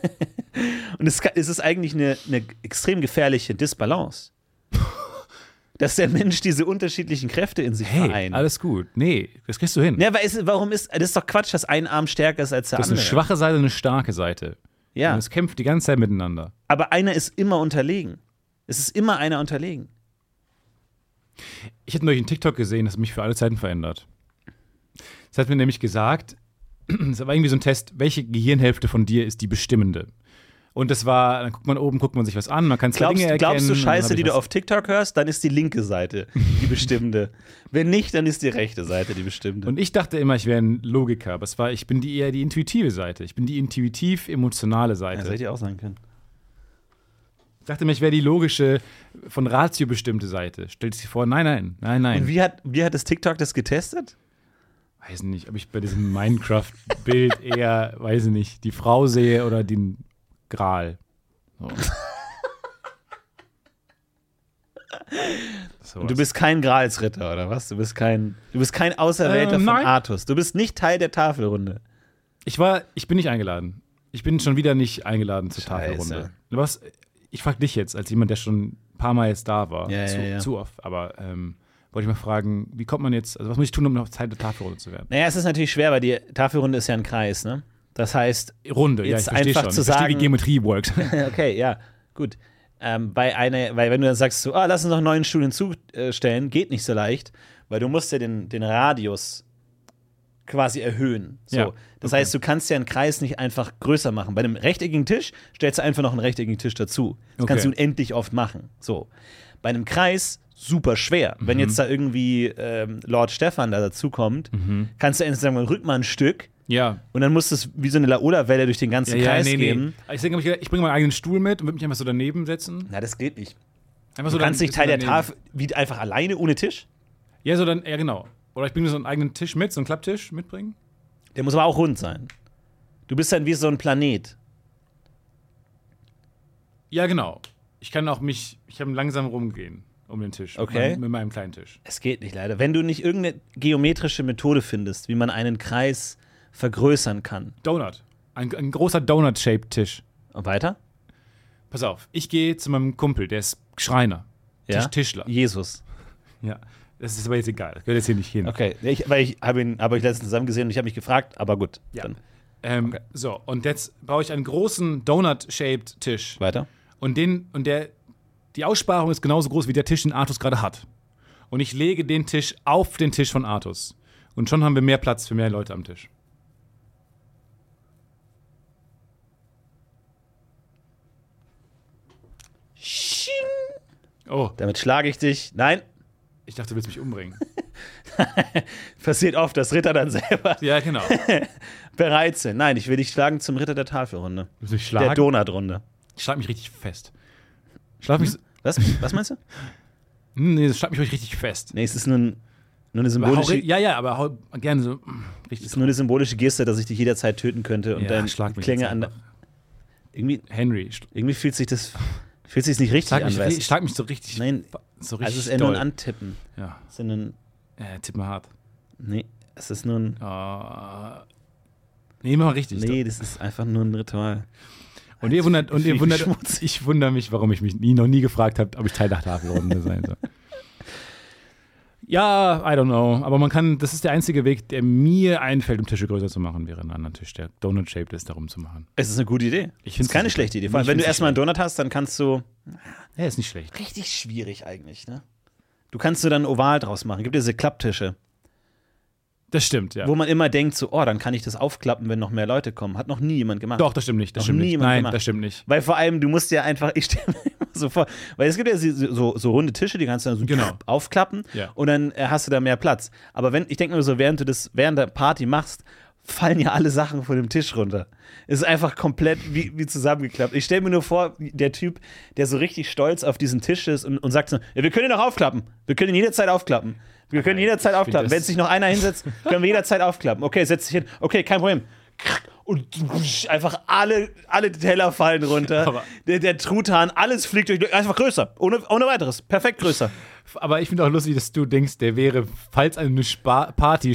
B: und es, ka- es ist eigentlich eine, eine extrem gefährliche Disbalance. dass der Mensch diese unterschiedlichen Kräfte in sich
C: Hey,
B: vereint.
C: alles gut. Nee, das kriegst du hin.
B: Ja, weil ist, warum ist, das ist doch Quatsch, dass ein Arm stärker ist als der
C: das ist eine
B: andere.
C: schwache Seite und eine starke Seite.
B: ja,
C: Und es kämpft die ganze Zeit miteinander.
B: aber einer ist immer unterlegen. Es ist immer einer unterlegen.
C: Ich habe neulich einen TikTok gesehen, das hat mich für alle Zeiten verändert. Das hat mir nämlich gesagt, das war irgendwie so ein Test, welche Gehirnhälfte von dir ist die bestimmende? Und das war, dann guckt man oben, guckt man sich was an, man kann zwei
B: Glaubst,
C: Dinge erkennen.
B: glaubst du
C: und dann hab
B: Scheiße,
C: ich
B: die du
C: was-
B: auf TikTok hörst, dann ist die linke Seite die bestimmte. Wenn nicht, dann ist die rechte Seite die bestimmte.
C: Und ich dachte immer, ich wäre ein Logiker, aber es war, ich bin die eher die intuitive Seite. Ich bin die intuitiv-emotionale
B: ja,
C: Seite.
B: das hätte ich auch sagen können.
C: ich dachte mir, ich wäre die logische, von Ratio bestimmte Seite. Stellst dir vor, nein, nein, nein, nein.
B: Und wie hat, wie hat das TikTok das getestet?
C: weiß nicht, ob ich bei diesem Minecraft-Bild eher, weiß nicht, die Frau sehe oder den Gral. So.
B: Und du bist kein Gralsritter, oder was? Du bist kein, du bist kein Auserwählter
C: Äh,
B: von
C: nein.
B: Artus. Du bist nicht Teil der Tafelrunde.
C: ich war, ich bin nicht eingeladen. Ich bin schon wieder nicht eingeladen zur
B: Scheiße.
C: Tafelrunde. Was, ich frage dich jetzt, als jemand, der schon ein paar Mal jetzt da war,
B: Ja,
C: zu,
B: ja, ja.
C: zu oft, aber ähm, wollte ich mal fragen, wie kommt man jetzt, also was muss ich tun, um noch Zeit der Tafelrunde zu werden?
B: Naja, es ist natürlich schwer, weil die Tafelrunde ist ja ein Kreis, ne? Das heißt,
C: Runde,
B: Jetzt
C: ja, ich verstehe
B: einfach
C: schon.
B: zu
C: ich verstehe, wie
B: sagen-
C: Geometrie works.
B: okay, ja, gut. Ähm, bei einer, weil wenn du dann sagst, so, ah, lass uns noch einen neuen Stuhl hinzustellen, geht nicht so leicht, weil du musst ja den, den Radius quasi erhöhen. So.
C: Ja,
B: Das
C: okay.
B: heißt, du kannst ja einen Kreis nicht einfach größer machen. Bei einem rechteckigen Tisch stellst du einfach noch einen rechteckigen Tisch dazu. Das kannst du
C: Okay.
B: unendlich oft machen. So. Bei einem Kreis super schwer.
C: Mhm.
B: Wenn jetzt da irgendwie ähm, Lord Stefan da dazukommt,
C: Mhm.
B: kannst du entweder sagen, rück mal ein Stück
C: ja,
B: und dann muss es wie so eine Laola-Welle durch den ganzen Kreis geben.
C: Ich denke, ich, ich bringe meinen eigenen Stuhl mit und würde mich einfach so daneben setzen.
B: Na, das geht nicht.
C: Einfach
B: Du
C: so
B: kannst
C: dann-
B: nicht Teil der
C: daneben.
B: Tafel, wie einfach alleine ohne Tisch?
C: Ja, so dann, ja, genau. Oder ich bringe mir so einen eigenen Tisch mit, so einen Klapptisch mitbringen.
B: Der muss aber auch rund sein. Du bist dann wie so ein Planet.
C: Ja, genau. Ich kann auch mich, ich kann langsam rumgehen um den Tisch. Mit,
B: Okay.
C: meinem, mit meinem kleinen Tisch.
B: Es geht nicht leider. Wenn du nicht irgendeine geometrische Methode findest, wie man einen Kreis vergrößern kann.
C: Donut. Ein, ein großer Donut-shaped Tisch.
B: Und weiter?
C: Pass auf, ich gehe zu meinem Kumpel, der ist Schreiner. Tisch, Tischler.
B: Jesus.
C: Ja. Das ist aber jetzt egal, das gehört jetzt hier nicht hin.
B: Okay, ich, weil ich habe ihn habe ich letztens zusammen gesehen und ich habe mich gefragt, aber gut.
C: Ja.
B: Dann
C: Ähm, So, und jetzt brauche ich einen großen Donut-shaped Tisch.
B: weiter.
C: Und, den, und der, die Aussparung ist genauso groß, wie der Tisch, den Artus gerade hat. Und ich lege den Tisch auf den Tisch von Artus. Und schon haben wir mehr Platz für mehr Leute am Tisch. Oh,
B: Damit schlage ich dich. Nein,
C: ich dachte, du willst mich umbringen.
B: passiert oft, dass Ritter dann selber
C: ja, genau. Du
B: bereit sind. Nein, ich will dich schlagen zum Ritter der Tafelrunde.
C: willst mich
B: Der
C: schlagen.
B: Donutrunde.
C: Schlag mich richtig fest. Schlag mich. so-
B: Was? Was meinst du?
C: Hm, Nee, schlag mich euch richtig fest.
B: Nee, es ist nur, ein, nur eine
C: Aber hau
B: symbolische.
C: ri- ja, ja, aber hau gerne so mm,
B: Das
C: richtig
B: ist nur eine symbolische Geste, dass ich dich jederzeit töten könnte und
C: Ja,
B: dann
C: schlag mich
B: Klänge
C: jetzt
B: an.
C: einfach.
B: Irgendwie,
C: Henry. Schlag
B: irgendwie fühlt sich das fühlt sich nicht richtig
C: Schlag
B: an.
C: mich,
B: Weißt?
C: ri-
B: du?
C: schlag mich so richtig.
B: Nein,
C: so richtig
B: also es ist ja nur ein
C: doll.
B: Antippen.
C: Ja,
B: Es ist ja nur ein,
C: äh, tipp mal hart.
B: nee, es ist nur ein.
C: Uh, nee, mach mal richtig.
B: Nee, das ist einfach nur ein Ritual.
C: und ihr wundert, und ihr
B: viel
C: wundert,
B: Schmutz.
C: ich wundere mich, warum ich mich nie, noch nie gefragt habe, ob ich Teil der Tafelrunde sein soll. Ja, I don't know. Aber man kann, das ist der einzige Weg, der mir einfällt, um Tische größer zu machen, wäre ein anderer Tisch, der donut-shaped ist, darum zu machen.
B: Es ist eine gute Idee.
C: Ich
B: Ich
C: find's
B: finde keine
C: nicht-
B: schlechte Idee. Vor allem,
C: ich
B: wenn du
C: find's
B: erstmal einen Donut hast, dann kannst du.
C: Ja, ist nicht schlecht.
B: Richtig schwierig eigentlich, ne? Du kannst du dann ein Oval draus machen. Gibt diese Klapptische,
C: Das stimmt, ja.
B: wo man immer denkt, so, oh, dann kann ich das aufklappen, wenn noch mehr Leute kommen. Hat noch nie jemand gemacht.
C: Doch, das stimmt nicht. Das
B: Noch
C: stimmt
B: nie
C: nicht.
B: jemand
C: Nein,
B: gemacht.
C: das stimmt nicht.
B: Weil vor allem, du musst ja einfach, ich stelle mir immer so vor, weil es gibt ja so, so, so runde Tische, die kannst du dann so
C: Genau.
B: aufklappen
C: Ja.
B: und dann äh, hast du da mehr Platz. Aber wenn, ich denke mir so, während du das, während der Party machst, fallen ja alle Sachen von dem Tisch runter. Es ist einfach komplett wie, wie zusammengeklappt. Ich stelle mir nur vor, der Typ, der so richtig stolz auf diesen Tisch ist und, und sagt so, ja, wir können ihn noch aufklappen. Wir können ihn jederzeit aufklappen. Wir können jederzeit
C: find
B: aufklappen.
C: das-
B: Wenn sich noch einer hinsetzt, können wir jederzeit aufklappen. Okay, setz dich hin. Okay, kein Problem. Und wusch, einfach alle, alle Teller fallen runter.
C: Aber-
B: Der, der Truthahn, alles fliegt durch. Einfach größer. Ohne, ohne weiteres. Perfekt größer.
C: Aber ich finde auch lustig, dass du denkst, der wäre, falls eine Spa Party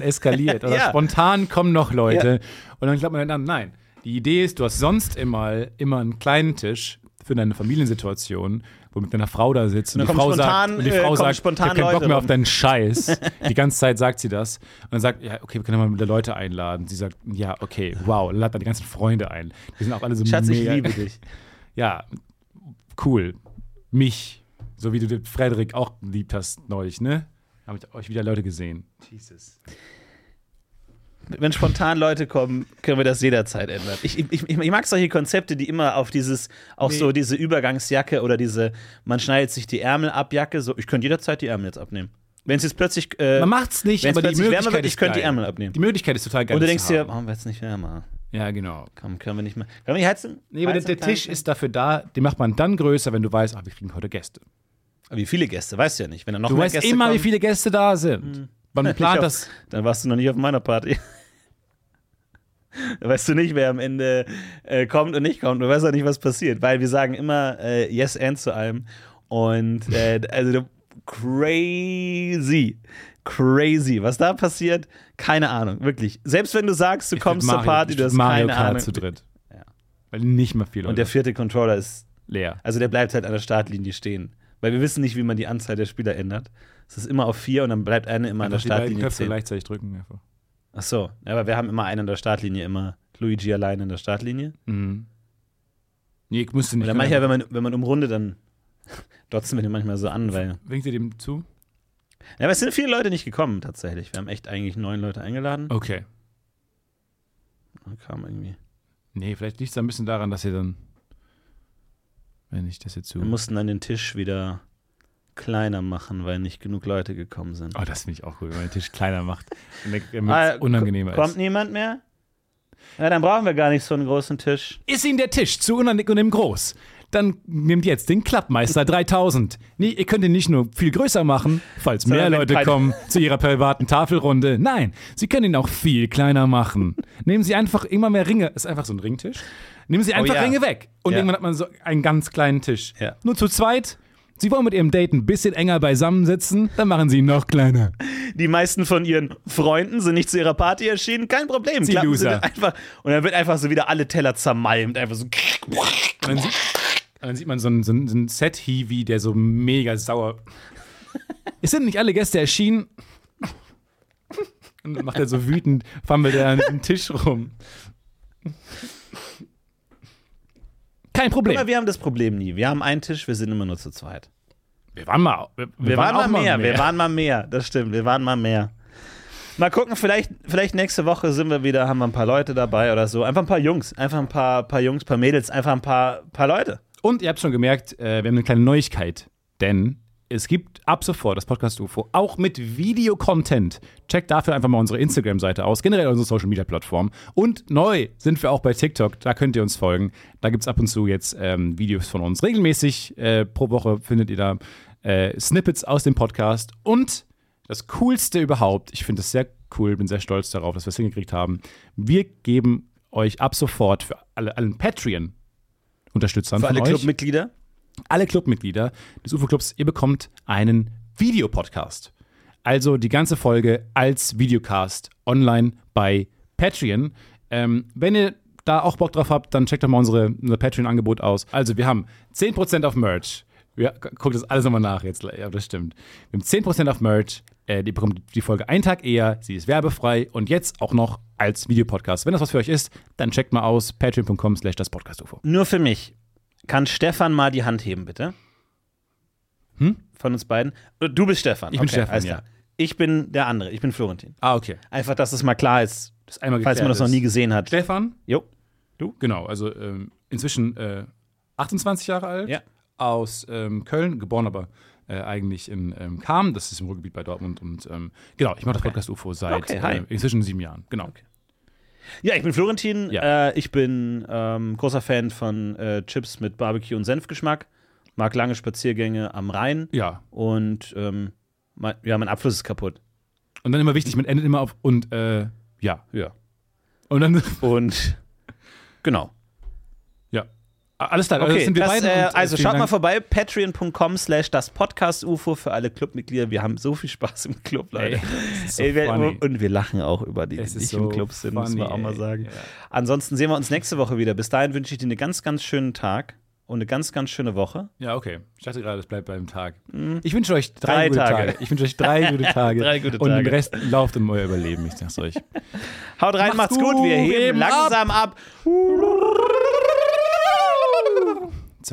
C: eskaliert oder
B: Ja.
C: spontan kommen noch "Ah, Leute und dann klappt man dann an. Nein, die Idee ist, du hast sonst immer, immer einen kleinen Tisch für deine Familiensituation, wo mit deiner Frau da sitzt und,
B: Und
C: die
B: dann
C: Frau
B: kommen
C: sagt,
B: spontan,
C: und die
B: äh,
C: Frau
B: kommen
C: sagt,
B: spontan
C: ich hab keinen Bock
B: Leute
C: mehr
B: rum.
C: auf deinen Scheiß. die ganze Zeit sagt sie das. Und dann sagt, ja, okay, wir können mal wieder Leute einladen. Sie sagt, ja, okay, wow, lad deine ganzen Freunde ein. Die sind auch alle so
B: Schatz, ich
C: mega-
B: liebe dich.
C: Ja, cool. Mich, so wie du Frederik auch geliebt hast neulich, ne? Hab ich euch wieder Leute gesehen. Jesus.
B: Wenn spontan Leute kommen, können wir das jederzeit ändern. Ich, ich, ich ich mag solche Konzepte, die immer auf dieses, auch so diese Übergangsjacke oder diese, man schneidet sich die Ärmel ab Jacke, so, ich könnte jederzeit die Ärmel jetzt abnehmen. Wenn es jetzt plötzlich, äh,
C: Man macht's nicht,
B: Wenn's
C: aber die
B: plötzlich wärmer
C: Möglichkeit
B: wird, ich
C: ist
B: könnte die
C: geil.
B: Ärmel abnehmen.
C: Die Möglichkeit ist total geil.
B: und du
C: das
B: denkst
C: zu
B: dir,
C: haben.
B: warum wird's nicht wärmer?
C: ja, genau.
B: Komm, können wir nicht mehr, können wir nicht heizen?
C: Nee, aber der,
B: Heizen,
C: der
B: klein-
C: Tisch ist dafür da, den macht man dann größer, wenn du weißt, ah, wir kriegen heute Gäste.
B: Aber Wie viele Gäste, weißt du ja nicht. Wenn da noch
C: Du
B: mehr
C: weißt
B: Gäste
C: immer,
B: kommen, Hm.
C: wie viele Gäste da sind. Man
B: Ich
C: plant
B: hab-
C: das.
B: Dann warst du noch nicht auf meiner Party. Da weißt du nicht, wer am Ende äh, kommt und nicht kommt. Du weißt auch nicht, was passiert, weil wir sagen immer äh, Yes and zu allem. Und äh, also du- crazy, crazy, was da passiert, keine Ahnung, wirklich. Selbst wenn du sagst, du kommst
C: Ich würd
B: zur Party,
C: ich
B: du
C: würd
B: hast
C: Mario
B: keine
C: Kart
B: Ahnung.
C: zu dritt.
B: Ja.
C: Weil nicht mehr viel
B: Und der vierte Controller ist,
C: leer.
B: also der bleibt halt an der Startlinie stehen, weil wir wissen nicht, wie man die Anzahl der Spieler ändert. Es ist immer auf vier und dann bleibt einer immer an der
C: Einfach die beiden
B: Startlinie
C: Köpfe
B: stehen.
C: gleichzeitig drücken. Einfach.
B: Ach so, ja, aber wir haben immer einen an der Startlinie, immer Luigi allein an der Startlinie.
C: Mhm. Nee, ich musste nicht.
B: Oder manchmal, wenn man, wenn man umrundet, dann dotzen wir den manchmal so an, weil.
C: Winkt ihr dem zu?
B: Ja, aber es sind viele Leute nicht gekommen tatsächlich. Wir haben echt eigentlich neun Leute eingeladen.
C: Okay.
B: Dann kam irgendwie.
C: Nee, vielleicht liegt es ein bisschen daran, dass ihr dann. Wenn ich das jetzt zu.
B: Wir mussten dann den Tisch wieder kleiner machen, weil nicht genug Leute gekommen sind.
C: Oh, das finde ich auch gut, wenn man den Tisch kleiner macht. Damit
B: Ah,
C: es unangenehmer
B: kommt
C: ist.
B: niemand mehr? Ja, dann brauchen wir gar nicht so einen großen Tisch.
C: Ist Ihnen der Tisch zu unangenehm groß? Dann nehmt jetzt den Klappmeister 3000. Nee, ihr könnt ihn nicht nur viel größer machen, falls mehr
B: Sondern mit
C: Leute
B: drei-
C: kommen zu ihrer privaten Tafelrunde. Nein, Sie können ihn auch viel kleiner machen. Nehmen Sie einfach immer mehr Ringe. Ist einfach so ein Ringtisch. Nehmen Sie einfach
B: Oh ja.
C: Ringe weg. Und
B: Ja.
C: irgendwann hat man so einen ganz kleinen Tisch.
B: Ja.
C: Nur zu zweit. Sie wollen mit Ihrem Date ein bisschen enger beisammensitzen, dann machen Sie ihn noch kleiner.
B: Die meisten von ihren Freunden sind nicht zu ihrer Party erschienen. Kein Problem.
C: Sie
B: klappen
C: Loser.
B: dann einfach. Und dann wird einfach so wieder alle Teller zermalmt. Einfach so.
C: Und dann, sieht, und dann sieht man so einen, so einen, so einen Set-Hiwi, der so mega sauer. es sind nicht alle Gäste erschienen. Und dann macht er so wütend, fammelt er an dem Tisch rum. Kein Problem.
B: Aber wir haben das Problem nie. Wir haben einen Tisch, wir sind immer nur zu zweit.
C: Wir waren mal. Wir, wir
B: Wir waren,
C: auch
B: mal mehr, wir waren mal mehr, das stimmt, wir waren mal mehr. Mal gucken, vielleicht, vielleicht nächste Woche sind wir wieder, haben wir ein paar Leute dabei oder so. Einfach ein paar Jungs, einfach ein paar, paar Jungs, paar Mädels, einfach ein paar, paar Leute.
C: Und ihr habt schon gemerkt, äh, wir haben eine kleine Neuigkeit, denn es gibt ab sofort das Podcast UFO auch mit Videocontent. Checkt dafür einfach mal unsere Instagram-Seite aus, generell unsere Social Media Plattform. Und neu sind wir auch bei TikTok, da könnt ihr uns folgen. Da gibt es ab und zu jetzt ähm, Videos von uns. Regelmäßig äh, pro Woche findet ihr da äh, Snippets aus dem Podcast. Und das Coolste überhaupt, ich finde es sehr cool, bin sehr stolz darauf, dass wir es hingekriegt haben. Wir geben euch ab sofort für alle, allen Patreon-Unterstützern
B: Für alle
C: von euch
B: Clubmitglieder.
C: alle Clubmitglieder des UFO-Clubs, ihr bekommt einen Videopodcast. Also die ganze Folge als Videocast online bei Patreon. Ähm, wenn ihr da auch Bock drauf habt, dann checkt doch mal unsere, unser Patreon-Angebot aus. Also wir haben 10% auf Merch. Ja, gu- guckt das alles nochmal nach jetzt. Ja, das stimmt. Wir haben 10% auf Merch. Äh, ihr bekommt die Folge einen Tag eher. Sie ist werbefrei und jetzt auch noch als Videopodcast. Wenn das was für euch ist, dann checkt mal aus patreon.com slash das Podcast UFO.
B: Nur für mich. Kann Stefan mal die Hand heben, bitte? Hm? Von uns beiden. Du bist Stefan.
C: Hm? Ich bin
B: okay,
C: Stefan,
B: alles
C: ja.
B: klar. Ich bin der andere, ich bin Florentin.
C: Ah, okay.
B: Einfach, dass es mal klar ist,
C: Das ist einmal
B: falls man
C: geklärt
B: das noch
C: ist.
B: nie gesehen hat.
C: Stefan,
B: Jo.
C: Du? Genau, also ähm, inzwischen äh, 28 Jahre alt,
B: Ja.
C: aus ähm, Köln, geboren aber äh, eigentlich in ähm, Kam, das ist im Ruhrgebiet bei Dortmund. Und ähm, genau, ich mache das Podcast UFO seit
B: Okay, hi.
C: äh, inzwischen sieben Jahren. Genau.
B: Ja, ich bin Florentin.
C: Ja.
B: Äh, ich bin ähm, großer Fan von äh, Chips mit Barbecue und Senfgeschmack. Mag lange Spaziergänge am Rhein.
C: Ja.
B: Und ähm, mein, ja, mein Abfluss ist kaputt.
C: Und dann immer wichtig, man endet immer auf und äh, ja.
B: Ja.
C: Und dann,
B: Und genau.
C: ja. Ah, Alles klar, also
B: Okay,
C: das sind wir
B: das,
C: beide.
B: äh,
C: und, äh,
B: also
C: vielen
B: schaut mal
C: Dank.
B: vorbei, patreon.com slash das Podcast-UFO für alle Clubmitglieder. Wir haben so viel Spaß im Club, Leute.
C: Ey, das ist so
B: Ey, wir,
C: funny.
B: und wir lachen auch über die, die
C: Es
B: nicht
C: ist
B: im
C: so
B: Club sind, muss
C: funny,
B: man auch mal
C: ey.
B: sagen.
C: Ja.
B: Ansonsten sehen wir uns nächste Woche wieder. Bis dahin wünsche ich dir einen ganz, ganz schönen Tag. und eine ganz, ganz schöne Woche.
C: Ja, okay. Ich dachte gerade, es bleibt beim Tag. Ich wünsche euch drei,
B: Mhm. Drei
C: gute Tage.
B: Tage.
C: Ich wünsche euch drei gute Tage.
B: Drei gute
C: Und den
B: Tage.
C: Rest lauft um euer Überleben, ich sag's euch.
B: Haut rein,
C: Macht's
B: macht's, gut. Wir
C: gut,
B: heben
C: heben ab.
B: langsam ab.
C: It's